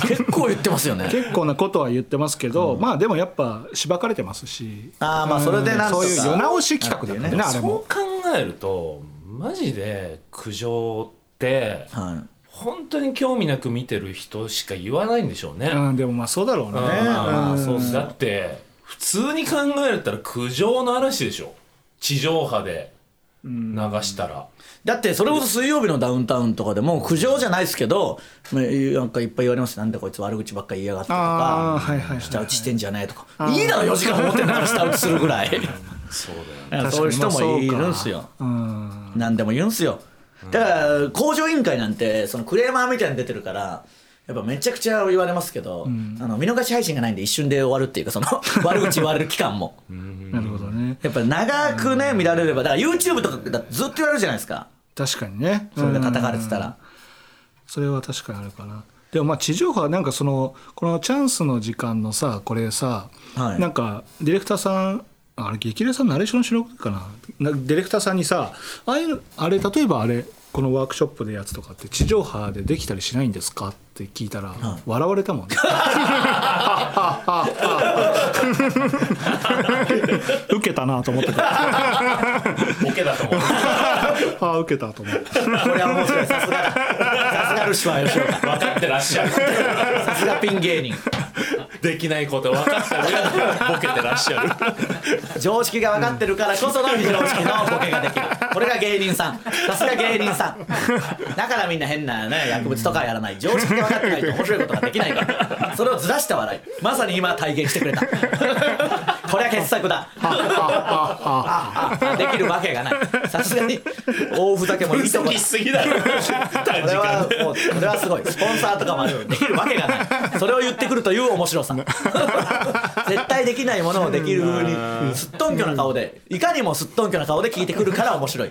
C: 結構言ってますよね
B: 結構なことは言ってますけど、まあでもやっぱしばかれてますし
C: あーまあそれでなんとか
B: そういう世直し企画だよねあ
A: そ
B: れ
A: う
B: も
A: 考えるとマジで苦情って
C: はい
A: 本当に興味なく見てる人しか言わないんでしょうね、
B: うんでもまあそうだろうね
A: あ
B: うん
A: ーそうっすだって普通に考えたら苦情の嵐でしょ地上波で流したら、
C: だってそれこそ水曜日のダウンタウンとかでも苦情じゃないですけどまあなんかいっぱい言われますなんでこいつ悪口ばっかり言いやがってと
B: ああ
C: か
B: はいはいはい
C: 下打ちしてんじゃねえとかいいだろ4時間持ってんだから下打ちするぐ らい
A: そうだよね
C: なんかそういう人もいるんすよ
B: うん
C: 何でも言うんすよだから工場委員会なんてそのクレーマーみたいに出てるからやっぱめちゃくちゃ言われますけど、あの見逃し配信がないんで一瞬で終わるっていうかその 悪口言われる期間も
B: なるほどね
C: やっぱ長くね見られればだから YouTube とかだってずっと言われるじゃないですか
B: 確かにね
C: それが叩かれてたら
B: それは確かにあるかなでもまあ地上波はなんかそのこのチャンスの時間のさこれさ、
C: はい
B: なんかディレクターさんあれ激励さんナレーションしろかななディレクターさんにさああいうあれ例えばあれこのワークショップでやつとかって地上波でできたりしないんですかって聞いたら、笑われたもんね受けたなと思って たあ
A: ボケだと思う
B: あ受けたと思って
C: これは面白いさすがさすがルシファー吉岡
A: 分かってらっしゃる
C: さすがピン芸人
A: できないこと分かったらボケてらっしゃる
C: 常識が分かってるからこその非常識のボケができるこれが芸人さんさすが芸人さんだからみんな変なね薬物とかやらない常識が分かってないと面白いことができないからそれをずらした笑いまさに今体現してくれたこれは傑作だああできるわけがないさすがに大ふざけもいいとこだ
A: きすぎだろ短
C: これはもうこれはすごいスポンサーとかもあるのにできるわけがないそれを言ってくるという面白さ 絶対できないものをできる風にすっとんきょな顔でいかにもすっとんきょな顔で聞いてくるから面白い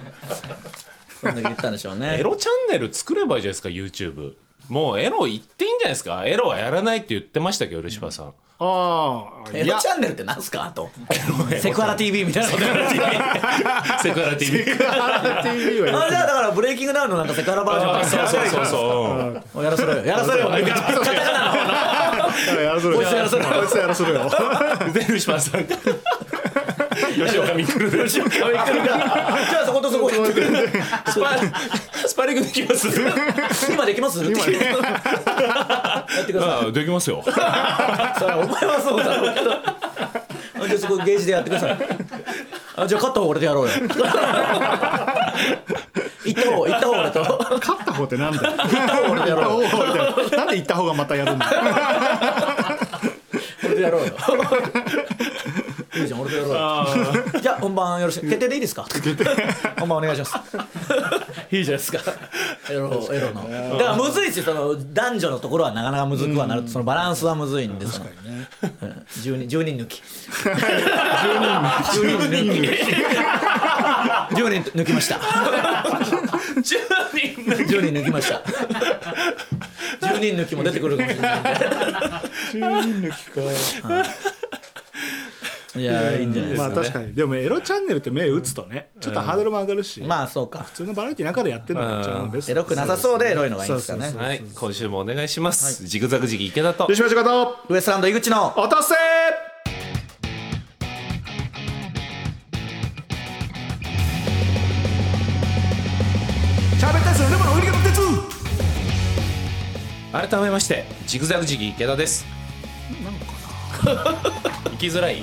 C: そんだけ言ったんでしょう
A: エ
C: ね
A: ロチャンネル作ればいいじゃないですか YouTube もうエロ言っていいんじゃないですかエロはやらないって言ってましたけどルシファーさん、
B: ああ
C: エ
B: い
C: ロ
B: や
C: チャンネルってなんすかとセクハラ TV みたいなことあれ
A: セクハラ TV
B: いいわよ
C: じゃあだからブレイキングダウンのなんかセクハラバージョン
A: あ
C: か
A: そうそうそうそう
C: うやらせろよやらせろよカタカナの方の
B: やらせろよ
C: こいつやらせろよ
B: こいつやらせろよ
A: でルシファーさんが吉岡みくるで
C: じゃあそことそこやってくれる
A: スパスパリングできます
C: 今できます今で やってください
A: ああできますよ
C: それはお前はそうだろうけどあじゃあそこゲージでやってくださいあじゃあ勝った方俺でやろうよ 行った方行った方俺と
B: 勝った方ってなんだよ行った方俺やろうなんで行った方がまたやるんだよ
C: 俺でやろうよいいじゃん俺とやろうよじゃあ本番よろしい決定でいいですか本番お願いします いいじゃないですかエロエロのだからむずいですよその男女のところはなかなかむずくはなるそのバランスはむずいんです確かにね10人10人抜き10人抜き10人抜きま した10人抜きました10人抜きも出てくるかもしれない
B: 10人抜きか
C: いやいいんじゃないです
B: ま
C: か、
B: あ
C: ね
B: 確かにでもエロチャンネルって目打つとねちょっとハードルも上がるし、
C: まあそうか
B: 普通のバラエティの中でやってるのが一番ベスト
C: エロくなさそうでエロいのがいいん
B: そう
C: です
B: そ
C: か
B: うそう
C: ね
A: はい、今週もお願いします。ジグザグジギ池田と
B: 吉村仕方
C: ウエストランド井口の
B: 落とせチャベタスでも売り方鉄
A: 改めましてジグザグジギ池田です。なんかな。生きづらい。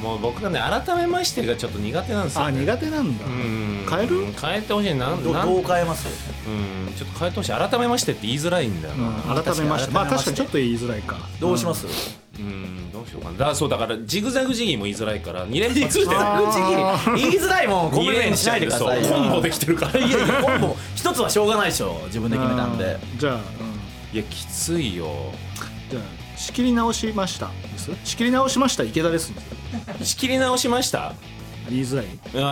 A: もう僕がね改めましてがちょっと苦手なんですよ。
B: あ苦手なんだ
A: うん
B: 変える
A: 変えてほしいなん
C: ど
A: なん
C: どう変えます
A: うんちょっと変えてほしい改めましてって言いづらいんだよな、
B: うん改めましてまあ確かにちょっと言いづらいか
C: どうします、
A: うんどうしようかなだそうだからジグザグジギーも言いづらいから2連発してる
B: あー
C: 正直言いづらいもんコン
A: 2
C: プレイ
A: 連
C: ンしないでくださいよ
A: そうコンボできてるから
C: いやいやコンボ一つはしょうがないでしょ自分で決めたんで
B: うんじゃあ、うん
A: いやきついよ
B: じゃあ仕切り直しましたです仕切り直しました池田です
A: 仕切り直しました
B: 言いづらい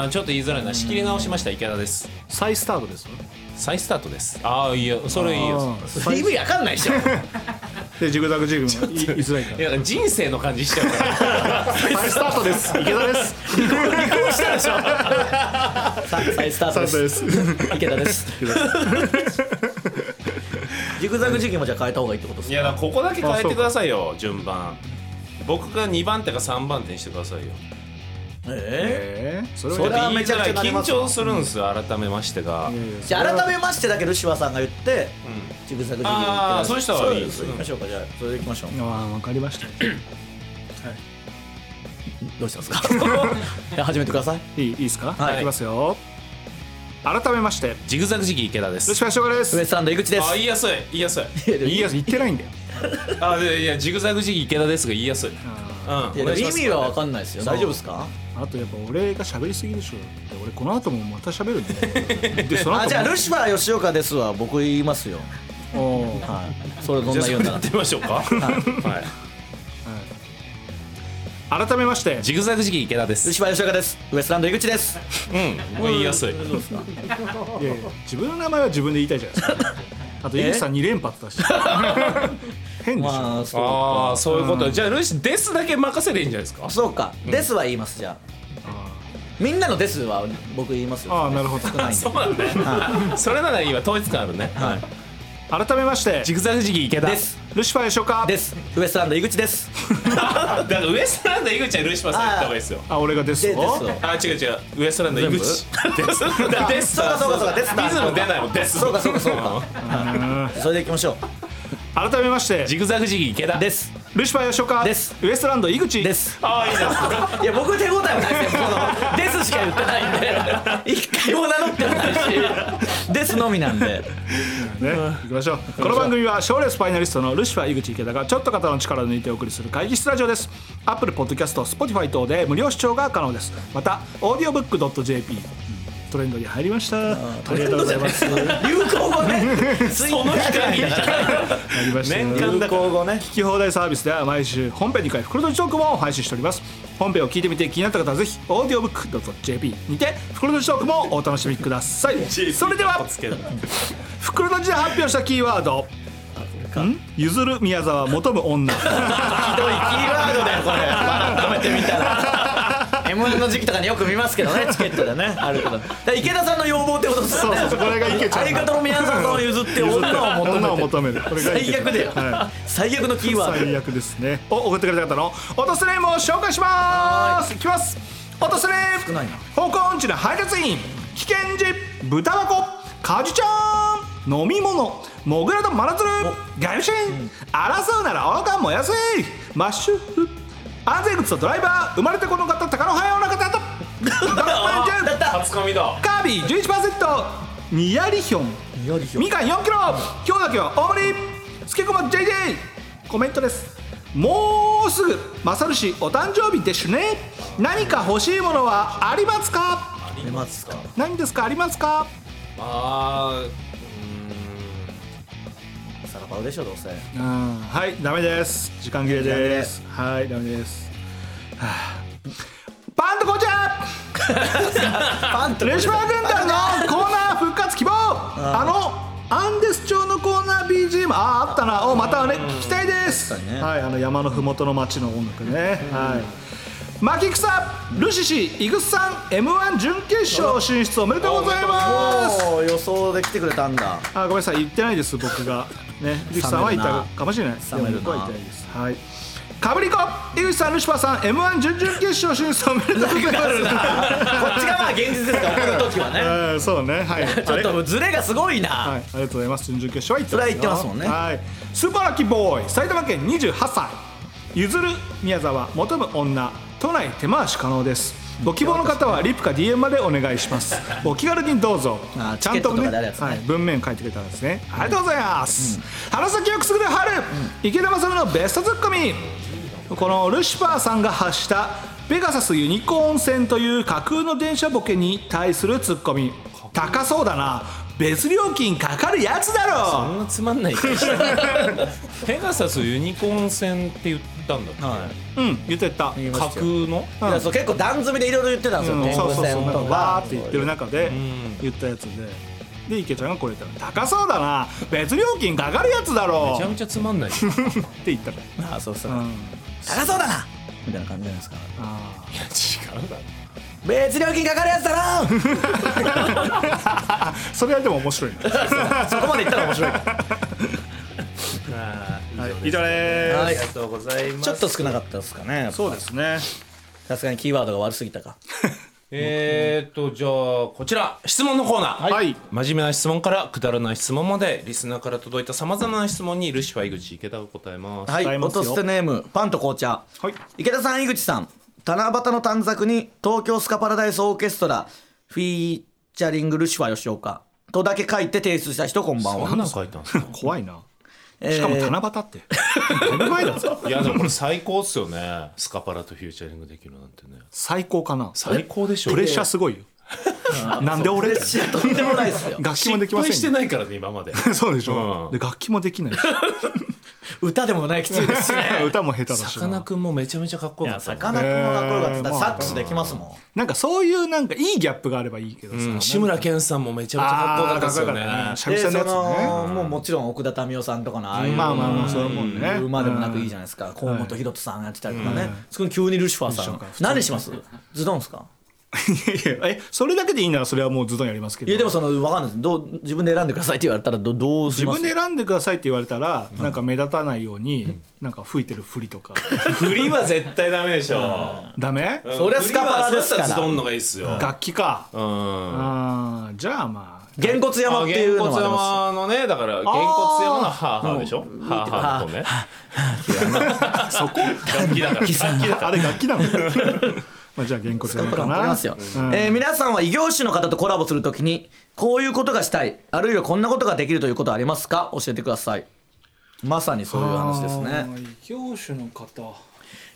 A: うんちょっと言いづらいな仕切り直しました池田です
B: 再スタートです
A: 再スタートですああいいよそれいいよ
B: あー再
C: CV わかんないでしょ
B: でジグザグ ジグも言い言いづらいか
A: いや人生の感じしちゃうから
B: ら再スタートです池田です
C: さ再スタートで
B: 再スタート
C: す
B: です
C: 池田です ジグザグ時期もじゃあ変えた方がいいってことで
A: い
C: すね
A: やだからここだけ変えてくださいよ順番僕が2番手か3番手にしてくださいよ
C: え
B: ええそれ
C: れ
B: は
C: は
A: ちょっと
C: そ
A: 言いづらい
C: めちゃくちゃなり
A: 緊
C: ますもん
A: 張するんですよ改めましてが、うん
C: えじゃあ改めましてだけどシワさんが言ってジグザグ時期
A: あーそういう人はいい
C: です行きましょうかじゃあそれで行きましょう
B: ああわかりました
C: どうしたんですか じゃあ始めてください
B: いいいいですか、
C: はい
B: い、きますよ改めまして
A: ジグザグジギー池田です
B: 吉川翔吾で
C: ウエ
B: す
C: ストランド井口で
A: あ
C: す
A: 言いやすい言い やすい
B: 言いやす言ってないんだよ
A: あでいやジグザグジギー池田ですが言いやすい、うん、お
C: いや
A: 願いし
C: 意
A: ます
C: 味はわかんないですよ
B: そう
C: 大丈夫ですか
B: あとやっぱ俺が喋りすぎでしょで俺この後もまた喋るん ででその後も
C: あじゃあルシファー吉岡ですわ僕言いますよ
B: おーは
C: はいそれどん
A: じゃあ
C: な
A: それ
C: 言う
A: で
C: んだ
A: や
C: な
A: ってみましょうかはい
B: い改め まして
A: ジグザグジギー池田です
C: ルシファー吉岡ですウエストランド井口です
A: うん言いやすい
B: いやいや自分の名前は自分で言いたいじゃないですかあと井口さん2連発 だし変でしょ、
C: まあそう
A: あ
C: か
A: あそういうことじゃあルシですだけ任せればいいんじゃないですか
C: そうかですは言いますじゃあみんなのですは僕言いますよ
B: ああなるほど
C: 少ないんで
A: そうなんだねそれならいいわ統一感あるね
C: はい
B: 改めまして
A: ジグザグジギー池田
C: です
B: ルシファー吉岡
C: ですウエストランド井口です
A: だからウエストランド井口はルシファーさん言った方がいいですよ
B: あ俺がです
C: で
B: よ
C: ですわ
A: あ違う違うウエストランド井口
B: 全部
A: ですだです
C: そうかそうかそうかですだ
A: リズム出ないもんです
C: そうかそうかそうかそれで行きましょ
B: 改めまして
A: ジグザグジギー池田
C: うです
B: ルシファー吉岡
C: です
B: ウエストランド井口
C: です
A: ああいいじゃん
C: いや僕手応えもないですよそのですしか言ってないんで一回も名乗ってないしですのみなんで
B: ね、行きましょうこの番組は賞レースファイナリストのルシファー井口池田がちょっと肩の力を抜いてお送りする会議室ラジオですアップルポッドキャスト Spotify 等で無料視聴が可能ですまたオーディオブック .jp トレンドに入りましたありがとうございます 入
C: 流行語 ね
A: その日限りだから
B: りました
A: 年間だから
C: 語ね
B: 聞き放題サービスでは毎週本編2回袋とじトークも配信しております本編を聞いてみて気になった方はぜひ audiobook.jp にて袋とじトークもお楽しみくださいそれでは 袋とじで発表したキーワードん譲る宮沢求む女
C: ひどいキーワードだよこ れ改めて見たら m 1の時期とかによく見ますけ どねチケットでねあるけどだから池田さんの要望ってことですよね
B: そうそうこれが池ちゃん
C: 相方の宮沢さんを譲って女を求め
B: 女
C: て
B: を求めるこれがい
C: 最
B: いけど
C: 悪だよ、
B: は
C: 最悪のキ
B: い
C: ーワード
B: 最悪ですねお送ってくれた方の落とすネームを紹介しますいきます落とすネー
C: 少
B: ム
C: ないな
B: 方向音痴の配達員危険児豚箱カジちゃん飲み物モグラとマラズル外務ン争うなら王冠燃やせマッシュ安全靴とドライバー生まれてこの方高野早尾の方 とドラマンジ
C: だ
B: ュ
C: っ
B: ン
C: た
A: 初髪だ
B: カービィ11%ニヤリヒョン
C: ニヤリヒョン
B: みかん4キロ今日だけは大盛りつけこま JJ コメントですもうすぐ勝氏お誕生日ですね何か欲しいものはありますか
C: 出ますか
B: 何ですかありますか
A: あー
C: サラパウでしょどうせ
B: うんはいダメです時間切れですはいダメですはあパンと紅茶
C: パンと
B: レシマ軍団のコーナー復活希望あのアンデス町のコーナー BGM あああったなをまたね聞きたいです、
C: 確かにね
B: はいあの山のふもとの町の音楽ね、はいマキクサルシシイグスさん M1 準決勝進出おめでとうございます
C: おお予想で来てくれたんだ
B: あごめんなさい言ってないです僕がね井口さんは言ったかもしれないです
C: 冷めるな
B: 僕は言ってないですはいかぶりこ井口さんルシファーさん M1 準々決勝進出おめでとうござい
C: こっち
B: ま
C: がまあ現実ですから送る時は
B: す
C: ね
B: うんそうねはい
C: ちょっとズレがすごいな、
B: はい、ありがとうございます。準々決勝は行って
C: それは行ってますもんね
B: はい、スーパーラッキーボーイ、埼玉県28歳。ゆずる宮沢求む女、都内手回し可能です。ご希望の方はリプか DM までお願いします。お気軽にどうぞ
C: あー。
B: ちゃ
C: チケ
B: んと
C: ットと
B: ね
C: かであるやつね
B: はい、文面書いてくれたんですね。ありがとうございます。花咲よくすぐる春、池田正のベストツッコミ。このルシファーさんが発したペガサスユニコーン線という架空の電車ボケに対するツッコミ高そうだな別料金かかるやつだ
A: あ
B: ろ
A: んなつまんない会社 ペガサスユニコーン戦って言ったんだって
C: は
B: うん言ってた
C: 言いま
A: 架
C: した
A: 空
C: よ
A: の
B: うん
C: いやそう結構段積みでいろいろ言ってたんですよ、
B: うん
C: 天
B: そう
C: 狗
B: そうそう
C: 戦
B: なんか
C: と
B: わ
C: か
B: ーって言ってる中で言ったやつでで池ちゃんがこれ言ったら高そうだな別料金かかるやつだろ
A: めちゃめちゃつま んないい
B: って言ったら
C: ああそうそう、
B: うん
C: 高そうだなみたいな感じじゃないですか
B: あ
A: や違うだろ
C: 別料金かかるやつだな
B: ーそれはでも面白いね
C: そこまで言ったら面 白い
B: はい以上で
C: は
A: あ
C: い
A: りがとうございます
C: ちょっと少なかったですかね
B: すそうですね
C: さすがにキーワードが悪すぎたか
A: えー、っとじゃあこちら質問のコーナー
B: はいはい
A: 真面目な質問からくだらない質問までリスナーから届いたさまざまな質問にルシファー井口池田が答えます、
C: は
B: 違
C: い
B: いますよ
C: 音捨てネームパンと紅茶
B: はい
C: 池田さん井口さん七夕の短冊に東京スカパラダイスオーケストラフィーチャリングルシファー吉岡とだけ書いて提出した人こんばん
A: こん
C: は
A: なん書いたんですか
B: 怖いな
C: えー
B: しかも七夕ってだいぶ前だぞ
A: いやでもこれ最高っすよねスカパラとフューチャリングできるなんてね
B: 最高かな
A: 最高でしょ
B: プレッシャーすごいよ。なんで俺
C: プレッシャーとんでもないっすよ
B: 楽器もできま
A: 失敗し
B: せ
A: て
B: んよ。
A: ないからね今まで
B: そうでしょ
A: う。ん
B: で楽器もできないし。
C: 歌でもないきついですしね
B: 歌も下手だし
A: さ。かなクンもめちゃめちゃかっこ
C: い
A: よか
C: や
A: ったね
C: さかなクンもかっこよかっただって
B: えー
C: サックスできますもん
B: なんかそういうなんかいいギャップがあればいいけどさ。
A: うん志村けんさんもめちゃめちゃかっこよ
B: あ
A: かったで
B: あかっ
A: す
B: こよ
A: よ
B: かっ
A: ね
B: たね。三味
C: で
B: 線の
C: そ
B: やつね。
C: のもうもちろん奥田民生さんとかのああいう
B: まあまあまあそういうもんね。
C: 馬でもなくいいじゃないですか河本ロ人さんやってたりとかねそこに急にルシファーさん何しますズドンっすか
B: いやいやえそれだけでいいならそれはもうズドンやりますけど。
C: いやでもその分かんないですどう自分で選んでくださいって言われたらどどうし
B: 自
C: ます
B: 分で選んでくださいって言われたらなんか目立たないようになんか吹いてる振りとか。
A: 振りは絶対ダメでしょ
B: ダメ？
C: そりゃスカパラで
A: 振
C: すから
A: りはそしたらズドンのがいいっすよ
B: 楽器か。
A: うん
B: ああじゃあまあ。
C: げんこつ山っていうのもありま
A: あげんこつ山のねだからげんこつ山のハーハーでしょハーハーの方ね
B: そこ。
A: 楽器だから楽器だから
B: あれ楽器なの。 まあじゃあ原稿じ
C: す
B: ゃない
C: これ
B: か
C: わかり
B: な。
C: ますよ、
B: うん
C: えー皆さんは異業種の方とコラボするときにこういうことがしたいあるいはこんなことができるということはありますか教えてくださいまさにそういう話ですね
B: 異業種の方
C: い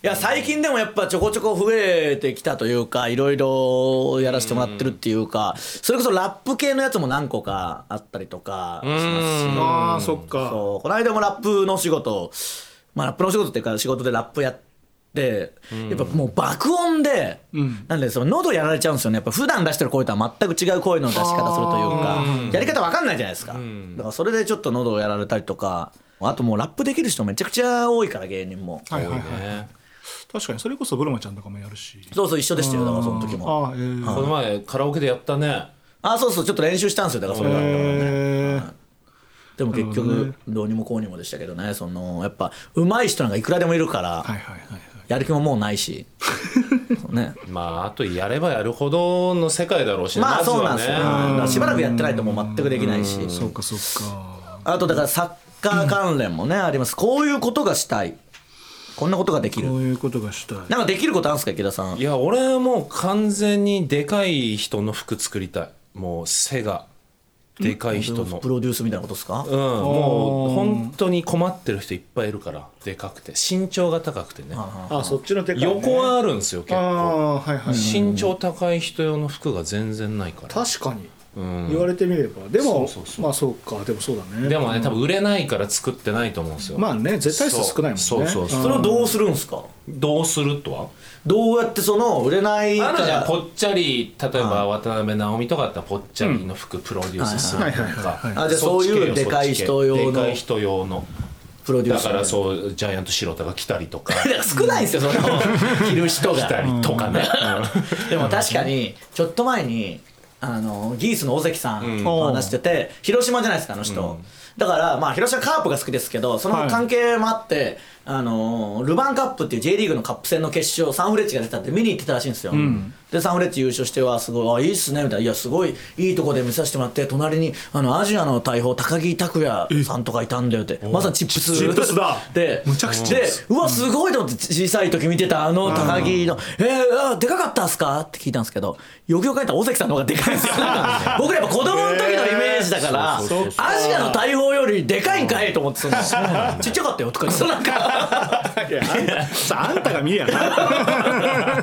C: や最近でもやっぱちょこちょこ増えてきたというかいろいろやらせてもらってるっていうかそれこそラップ系のやつも何個かあったりとかしますし
B: ああそっか
C: そうこの間もラップの仕事まあラップの仕事っていうか仕事でラップやって、やっぱもう爆音で、なんでその喉やられちゃうんですよねやっぱ普段出してる声とは全く違う声の出し方するというか、やり方わかんないじゃないですか、だからそれでちょっと喉をやられたりとかあともうラップできる人めちゃくちゃ多いから芸人も、
B: はいはいはい
A: ね
B: 確かにそれこそブルマちゃんとかもやるし
C: そうそう一緒でしたよだからその時も
B: ああえー
A: この前カラオケでやったね
C: あそうそうちょっと練習したんですよだからそれが、
B: えー
C: でも結
B: なるほど
C: 局どうにもこうにもでしたけどねそのやっぱ上手い人なんかいくらでもいるから、
B: はいはいはいはい
C: やる気ももうない しそうね
A: まああとやればやるほどの世界だろうしね
C: まあ
A: ずは
C: そう
A: ね
C: なんですよ、だからしばらくやってないともう全くできないし、
B: そっかそっか
C: あとだからサッカー関連もね、ありますこういうことがしたいこんなことができ
B: こ
C: る
B: ういうことがしたい
C: なんかできることあるんですか池田さん
A: いや俺はもう完全にでかい人の服作りたいもう背がでかい人の
C: プロデュースみたいなことですか
A: うん、もう本当に困ってる人いっぱいいるからでかくて身長が高くてね
C: あ
B: あそっちの手からね
A: 横はあるんですよ結
B: あ
A: 構
B: あはいはい
A: 身長高い人用の服が全然ないから、
B: 確かに
A: うん、
B: 言われてみればでも
A: そうそうそう
B: まあそうかでもそうだね
A: でもね多分売れないから作ってないと思うんですよ、
B: まあね絶対数少ないもんね
A: そうそうそう
C: それをどうするんですか
A: どうするとは
C: どうやってその売れない
A: あるじゃん
C: か
A: ぽっちゃり例えば渡辺直美とかだったらぽっちゃりの服プロデュースすると
B: はいはい
A: か
B: はい
C: はいあじゃあそう
A: そ
C: いう
A: っち系よ
C: でかい人用の
A: そっち系でかい人用の
C: プロデュー
A: だ
C: ス
A: からそうジャイアント白田が来たりとか
C: だから少ないんですよその着る人
A: 来た
C: が
A: りとかね、
C: でも確かにちょっと前にあのギースの尾関さんと話してて、広島じゃないですかあの人、だからまあ広島カープが好きですけどその関係もあって、あのルヴァンカップっていう J リーグのカップ戦の決勝サンフレッチェが出たって見に行ってたらしいんですよ、でサンフレッチェ優勝してはすごいあいいっすねみたいないやすごいいいとこで見させてもらって隣にあのアジアの大砲高木拓也さんとかいたんだよってまさにチップス
B: チップスだ
C: で
B: むちゃくちゃチップ
C: で
B: ス
C: うわすごいと思って小さい時見てたあの高木の「えー、あでかかったっすか?」って聞いたんですけどよくよく考えたら尾関さんの方がでかいんですよ 僕らやっぱ子供の時のイメージだから、
A: えーそうそうそう
C: アジアの大砲よりでかいんかいと思ってそのちっちゃかったよとか言ってそうなんか
B: いやあんたさああんたが見えやな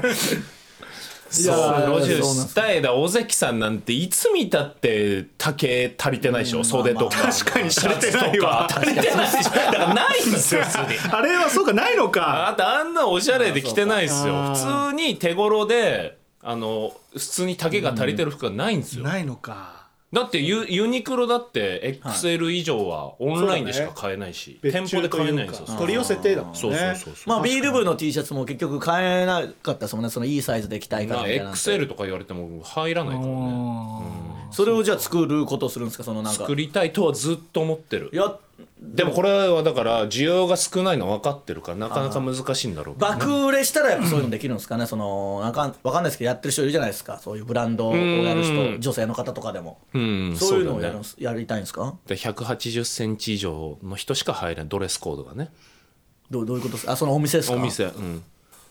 A: そう
C: いやー
A: ロジュ
C: そうなん
A: スタエダ尾関さんなんていつ見たって丈足りてないでしょ、袖とか、確かに
B: 足りてないわ
A: 足りてないでしょだからないんですよ普通に
B: あれはそうかないのか
A: あとあんなおしゃれで着てないですよ
B: あー
A: 普通に手頃であの普通に丈が足りてる服がないんですよ、
B: ないのか
A: だってユユニクロだって XL 以上はオンラインでしか買えないし、店舗で買えないんですよ
B: 別注とうか取り寄せてだもんね
A: そうそうそうそう
C: まあビール部の T シャツも結局買えなかったですもんねそのいいサイズで着たいから
A: ま
C: み
A: あ
C: たいな
A: XL とか言われても入らないからね
C: それをじゃあ作ることをするんですかそのなんか
A: 作りたいとはずっと思ってる
C: いや
A: でもこれはだから需要が少ないのは分かってるからなかなか難しいんだろうけどね
C: 爆売れしたらやっぱそういうのできるんですかね、そのなんかわかんないですけどやってる人いるじゃないですかそういうブランドをやる人女性の方とかでも、
A: うん
C: そういうのを
A: だね
C: やるんすやりたいんですか
A: で180センチ以上の人しか入れないドレスコードがね
C: どうどういうことですかあそのお店ですか
A: お店うん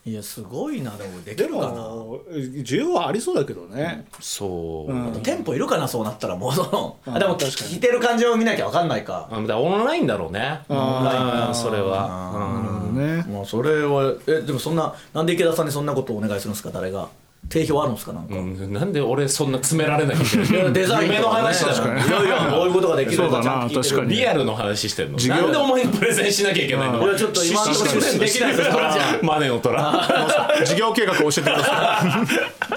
C: いやすごいなでもでき
B: で
C: るかな
B: も需要はありそうだけどね
A: そう、
B: うん
C: 店舗いるかなそうなったらもうその
B: うん
C: あでも
B: 確かに
C: 聞いてる感じを見なきゃわかんないか
A: あだからオンラインだろうねオンラインそれは、うん
B: ね
C: もうそれはえでもそんななんで池田さんにそんなことをお願いするんですか誰が定評あるんですかなんか、
A: うんなんで俺そんな詰められないみたいな
C: デザイン
A: 夢
C: と
A: の
C: かね
A: 話だから
C: いやいやこういうことができる
B: そうだな
C: ちゃんと聞いてる
B: 確かに
A: リアルの話してんの
B: 業
A: なんでお前にプレゼンしなきゃいけないの
C: いやちょっと今のところ出演できないですよトラちゃん
A: マネの虎
B: 事業計画教えてくださ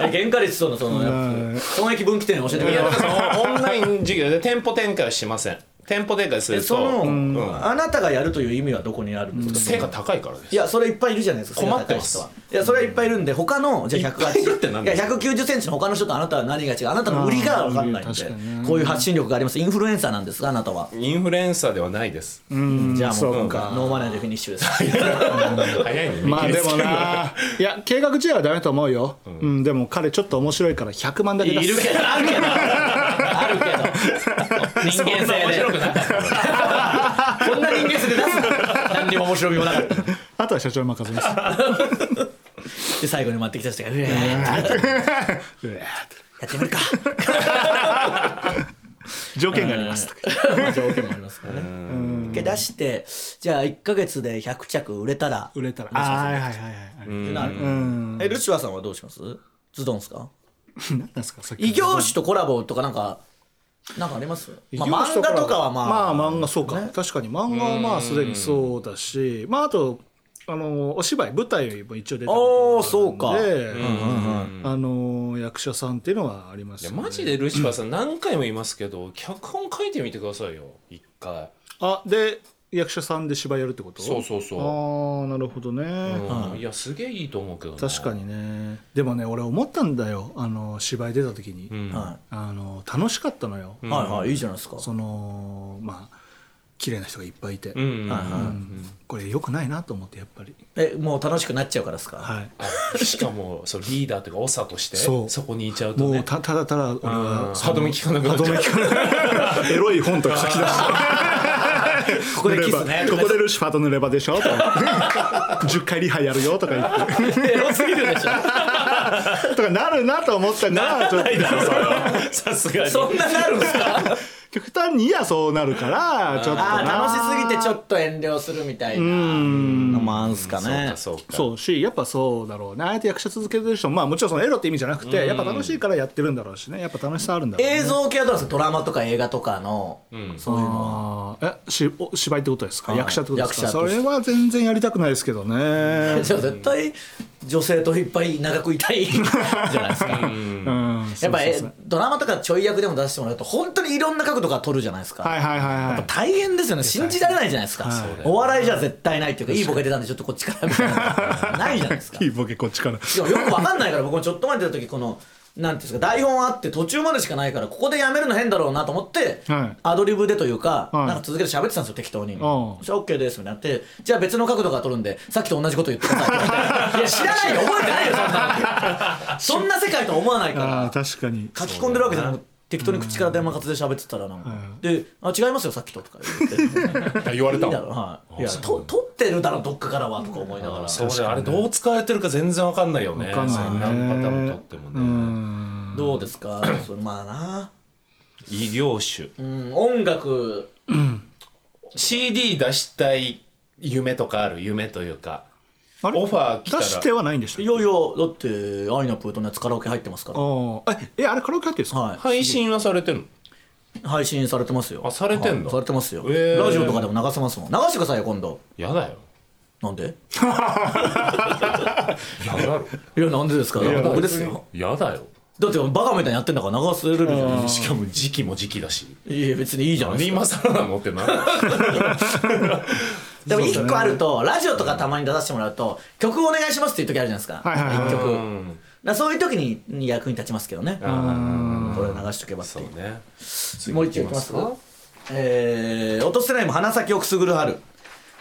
C: え原価率とのその
B: うん
C: やつ損益分岐点教えてく
A: い
C: れ
A: やだ
C: よ
A: からそのオンライン授業で店舗展開はしません店舗展開す
C: え
A: ると
C: その、
A: うん
C: あなたがやるという意味はどこにあるんですか、
A: 背が高いからです
C: いやそれいっぱいいるじゃないですか
A: 困ってます
C: 背が高い人はいやそれはいっぱいいるんで他のじゃあ
A: いっぱいいるってなん
C: 180い
A: だ
C: や190センチの他の人とあなたは何が違うあなたの売りが分かんないん
B: うん確かに
C: でこういう発信力がありますインフルエンサーなんですがあなたは、
A: インフルエンサーではないです
B: いうん
C: じゃあもう
B: そう
C: か
B: か
C: ノーマネーでフィニッシュです
A: 早いね
B: まあでもないや計画自体はダメだと思うようんでも彼ちょっと面白いから100万だけ出す
C: いるけどあるけどあるけど人間性でこんな人間性で出す 何にも面白みもなかった
B: あとは社長に任せます
C: で最後に待ってきた人が「うえーって
B: うえー
C: やってみる か」
B: 条件があります
C: まあ条件もありますからね。一回出してじゃあ1か月で100着売れたら
B: 売れたらあはいはいはいはいうん
C: なる
B: うん
C: えルシファーさんはどうしますズドンですか
B: 何なんですかさっき
C: 異業種とコラボとかなんかなんかあります、まあ、
B: 異業種
C: 漫画とかはまあ、
B: まあ漫画そうか、確かに漫画はまあすでにそうだしまああとあのお芝居舞台も一応出た
C: おー
B: こ
C: そう
B: と
C: か
B: があるんで、あの役者さんっていうのはありま
A: い
B: す
A: や
B: よ
A: マジでルシファーさん何回も言いますけど脚本書いてみてくださいよ一回
B: あで役者さんで芝居やるってこと
A: そうそうそう
B: ああなるほどね、
A: うんいやすげえいいと思うけどな
B: 確かにねでもね俺思ったんだよあの芝居出た時に、
A: うん
C: は
B: あの楽しかったのよ、
C: い、はいはいいいじゃないですか
B: そのまあ綺麗な人がいっぱいいて、
A: うんうん
C: はいはい
B: うんこれ良くないなと思ってやっぱり
C: えもう楽しくなっちゃうからですか、
B: はい
A: しかもそうリーダーというか長として
B: そ
A: そうこにいちゃうと
B: も
A: ね
B: うたただただ俺
A: うん
B: は
A: 歯止め効かなくなっちゃう
B: め エロい本とか書き出して
C: ここでキスね
B: ここでルシファーと塗 ればでしょとか10回リハやるよとか言って
C: エロすぎるでしょ
B: とかなるなと思ったからちょっと
A: さすがに
C: そんななるんですか
B: 極端にいやそうなるからちょっとな
C: あー楽しすぎてちょっと遠慮するみたいなのもあんすかね
A: そうかそうか
B: そうしやっぱそうだろうねああやって役者続けてる人もまあもちろんそのエロって意味じゃなくて、やっぱ楽しいからやってるんだろうしねやっぱ楽しさあるんだろう、ね、
C: 映像系はどうなんですかドラマとか映画とかのそういうのは
B: あーえしお芝居ってことですか、
C: はい
B: 役者ってことですか
C: 役者
B: そ
C: として
B: れは全然やりたくないですけどね
C: じゃあ絶対女性といっぱい長くいたい じゃないですか
B: うん
C: やっぱ
B: そう
C: え
B: そうそう
C: ドラマとかちょい役でも出してもらうと本当にいろんな角度から撮るじゃないですか、
B: はいはいはいはい
C: 大変ですよね信じられないじゃないですか、お笑いじゃ絶対ないっていうかいいボケ出たんでちょっとこっちからみたい なないじゃないですか
B: いいボケこっちから
C: しかもよくわかんないから僕もちょっと前に出た時このなんていうんですか台本あって途中までしかないからここでやめるの変だろうなと思って、
B: はい
C: アドリブでというか、
B: はい
C: なんか続けて喋ってたんですよ適当に、
B: ん
C: じゃあ OK ですみたいになってじゃあ別の角度から撮るんでさっきと同じこと言ってくださいって言っていや知らないよ覚えてないよそんなのそんな世界とは思わないから
B: ああ確かに
C: 書き込んでるわけじゃなくて適当に口から電話活で喋ってたらなんか、で「あ違いますよさっきと」とか言って
A: 言われ
C: い
A: た
C: い
A: も
C: だ
A: ん
C: ろはいいやと撮ってるだろどっかからはとか思いながら
A: そうだよあれどう使われてるか全然わかんないよね
B: わかんないね
A: 何パターンもとってもね、
C: どうですかそれまあな、
A: 異業種
C: うん、音楽
A: CD 出したい夢とかある夢というか
B: あれ
A: オファー来たら
B: 出してはないんでした
C: い
B: っ
C: よいよだって「愛のプートのやつカラオケ入ってますか
B: けおーええあれカラオケ入ってるんです
C: ら、
B: か、
C: はい
A: 配信はされてるの
C: 配信されてますよ
A: あされてんの
C: はいされてますよ、
A: えー
C: ラジオとかでも流せますもん流してくださいよ今度
A: やだよ
C: なんで
A: やだろ
C: いやなんでですか僕ですよ
A: やだよ
C: だってバカみたいにやってんだから流せれるじゃないです
A: しかも時期も時期だし
C: かいや別にいいじゃな
A: ないん
C: で
A: です
C: か
A: 今更なのってなる
C: でも一個あると、ラジオとかたまに出させてもらうと、曲お願いしますっていう時あるじゃないですか。
B: はいはいはい
C: 一曲。
A: う
C: だか
A: ん
C: らそういう時に役に立ちますけどね。
A: あ
C: これ流しとけば
A: ー
C: って
A: そ
C: いうう。
A: ね
C: もう一丁いきますえー、落とせないも花咲をくすぐる春。